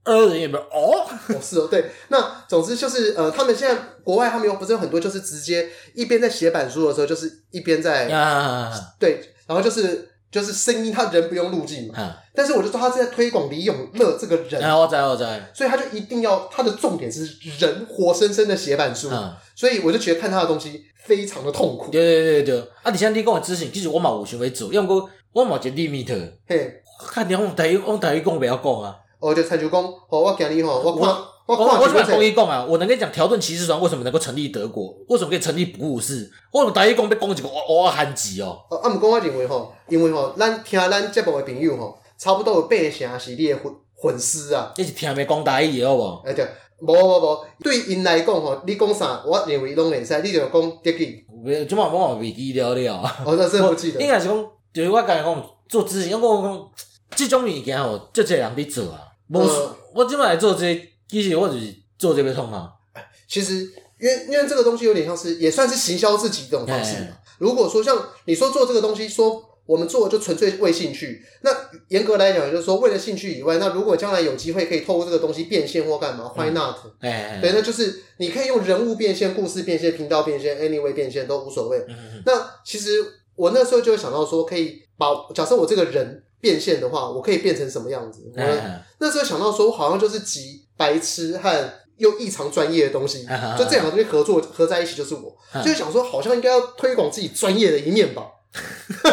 S2: orange 不 o
S1: 哦，是哦，对。那总之就是，呃，他们现在国外他们有不是有很多，就是直接一边在写板书的时候，就是一边在、
S2: 啊
S1: 对，然后就是就是声音，他人不用录进嘛。
S2: 啊！
S1: 但是我就说他是在推广李永乐这个人，
S2: 哎，我知我知，
S1: 所以他就一定要他的重点是人活生生的写板书，
S2: 嗯，
S1: 所以我就觉得看他的东西非常的痛苦。
S2: 对对对对，啊！你像你讲的资讯，其实我嘛有想要做，因为我我嘛有一个 limit，
S1: 嘿，
S2: 看你用台语，用台语讲袂晓讲啊。
S1: 我就参就讲，哦，我讲你吼，我看我
S2: 我
S1: 看
S2: 我想
S1: 这
S2: 讲一讲啊，我能跟你讲条顿骑士团为什么能够成立德国，为什么可以成立普鲁士，为什么大一讲被讲一个偶尔汉籍哦，
S1: 哦，啊，毋过我认为吼，因为吼，咱听咱节目的朋友吼，差不多有八成是你的粉粉丝啊。
S2: 你是听没讲大一的好不好？
S1: 哎对，无无无，对因来讲吼，你讲啥，我认为拢会使，你就讲德语，
S2: 我这嘛我嘛未记了了，
S1: 我真是不记得。
S2: 应该是讲，就是我刚才讲做之前，因为我讲这种物件吼，就这人伫做啊，无、
S1: 嗯
S2: 我即摆来做这个其实我就是做这个痛啊，
S1: 其实，因为因为这个东西有点像是，也算是行销自己这种方
S2: 哎
S1: 式嘛。如果说像你说做这个东西，说我们做就纯粹为兴趣，那严格来讲，也就是说为了兴趣以外，那如果将来有机会可以透过这个东西变现或干嘛，Why not？
S2: 哎、
S1: 对，那就是你可以用人物变现、故事变现、频道变现、anyway 变现都无所谓。
S2: 嗯
S1: 那其实我那时候就会想到说，可以把假设我这个人变现的话，我可以变成什么样子？我
S2: 哎
S1: 那时候想到说，我好像就是集白痴和又异常专业的东西，
S2: 啊哈
S1: 就这两个东西合作合在一起就是我，
S2: 啊
S1: 就想说好像应该要推广自己专业的一面吧。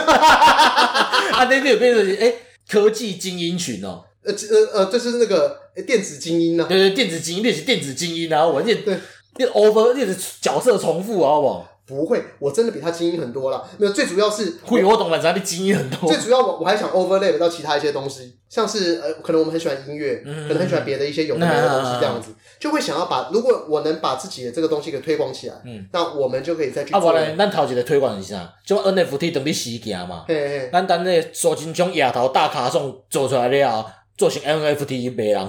S2: 啊，那边有变成是哎科技精英群哦。
S1: 呃这呃呃，就是那个呃电子精英呢、
S2: 对对，电子精英，你是电子精英啊，我你
S1: 对
S2: 你 over，你是角色重复啊，好不好？
S1: 不会，我真的比他精英很多啦。那最主要 是
S2: 会我懂了，咱的精英很多
S1: 最。主要我我还想 overlap 到其他一些东西，像是呃，可能我们很喜欢音乐，
S2: 嗯
S1: 可能很喜欢别的一些有的没的东西，这样子就会想要把，如果我能把自己的这个东西给推广起来，
S2: 嗯
S1: 那我们就可以再去
S2: 啊，
S1: 做。
S2: 无然咱头一个推广是啥？就 NFT 等你死行嘛。
S1: 嘿嘿，
S2: 咱等那苏金昌夜头大卡送做出来了，做成 NFT 卖人。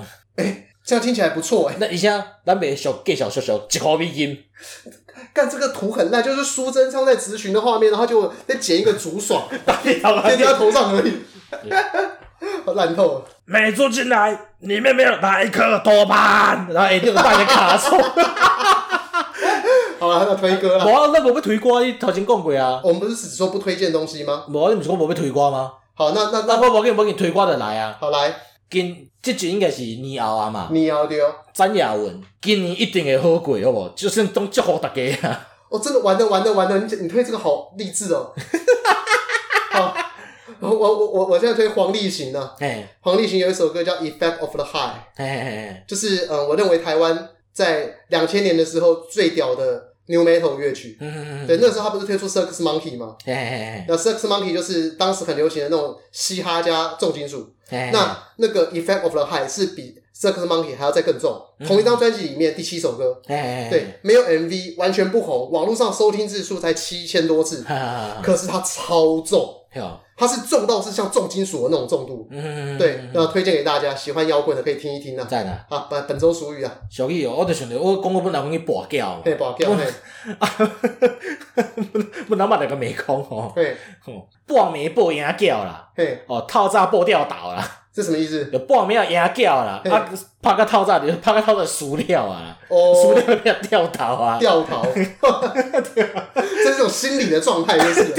S1: 这样听起来不错哎、
S2: 那而且咱卖俗介绍俗俗一箍美金，
S1: 干这个图很烂，就是苏贞昌在咨询的画面，然后就再剪一个竹爽
S2: 打你头
S1: 贴在他头上而已， 烂透了。
S2: 每住进来，里面没 有哪一颗多巴胺，然后一定有带着卡送。
S1: 好啦，那推歌
S2: 无
S1: 啦。
S2: 啊，咱无要推歌，你头前讲过啊。
S1: 我们不是只说不推荐东西吗？
S2: 无啊，你毋是讲无要推歌吗？
S1: 好，那那
S2: 那
S1: 那
S2: 我无紧无紧，推歌就来啊。
S1: 好来，
S2: 今即集应该是年后啊嘛，
S1: 你要丢
S2: 詹雅文今年一定会好过，好无？就算当祝福大家啊。
S1: 哦，真的完了完了完了，你你推这个好励志哦。好，我我我我现在推黄立行呢，
S2: 嘿，
S1: 黄立行有一首歌叫《Effect of the High》。
S2: 嘿嘿嘿，
S1: 就是嗯，我认为台湾在两千年的时候最屌的 New Metal 乐曲。
S2: 嗯嗯嗯，
S1: 对，那时候他不是推出 Circus Monkey 吗？
S2: 嘿嘿嘿
S1: 那 Circus Monkey 就是当时很流行的那种嘻哈加重金属。
S2: 嘿，
S1: 那那个 Effect of the High 是比 Circus Monkey 还要再更重。
S2: 嗯
S1: 同一张专辑里面第七首歌，
S2: 嘿嘿嘿，
S1: 对，没有 MV，完全不红，网络上收听次数才七千多次，
S2: 哈哈哈，
S1: 可是它超重，
S2: 嘿哦
S1: 它是重到是像重金属的那种重度。
S2: 嗯，
S1: 对，那推荐给大家，喜欢摇滚的可以听一听啊。
S2: 在哪？
S1: 啊，本本周俗语啊，
S2: 小弟哦，我就想着我讲我本来讲去跋筊嘛，
S1: 嘿，保镖，嘿。
S2: 啊，本来嘛那个没讲哦，
S1: 嘿，
S2: 吼半暝报赢筊啦，
S1: 嘿，
S2: 哦，透早报吊倒啦。
S1: 这什么意思？
S2: 就半暝要赢筊啦，
S1: 嘿
S2: 啊，拍个透早就拍个透早输了啊，输
S1: 哦，
S2: 了要掉头啊，
S1: 掉 头，啊这是一种心理的状态，就是了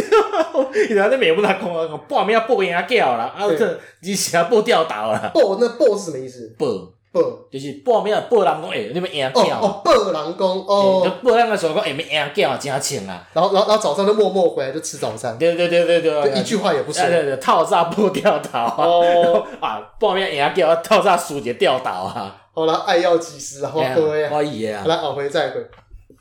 S2: 然后你每不他讲啊，讲半暝要报赢筊啦，啊，
S1: 嘿
S2: 这你是要报掉头啦，
S1: 爆。哦那爆是什么意思？
S2: 报
S1: 爆
S2: 就是半暝要报人讲，诶，你要赢
S1: 哦
S2: 筊啊，
S1: 哦，爆狼公
S2: 欸就
S1: 哦，
S2: 报人个时候讲，诶，要赢筊啊，真清啊，
S1: 然后然后然后早上就默默回来就吃早餐，
S2: 对对对对对，
S1: 就一句话也不
S2: 啊，对
S1: 说。
S2: 对，透早报掉头啊，
S1: 哦，
S2: 啊，半暝赢筊啊，透早输一个掉头啊，
S1: 好了，爱要及时啊，好各位
S2: 嘿啊
S1: 啊，
S2: 我伊啊
S1: 好。来，往回再回。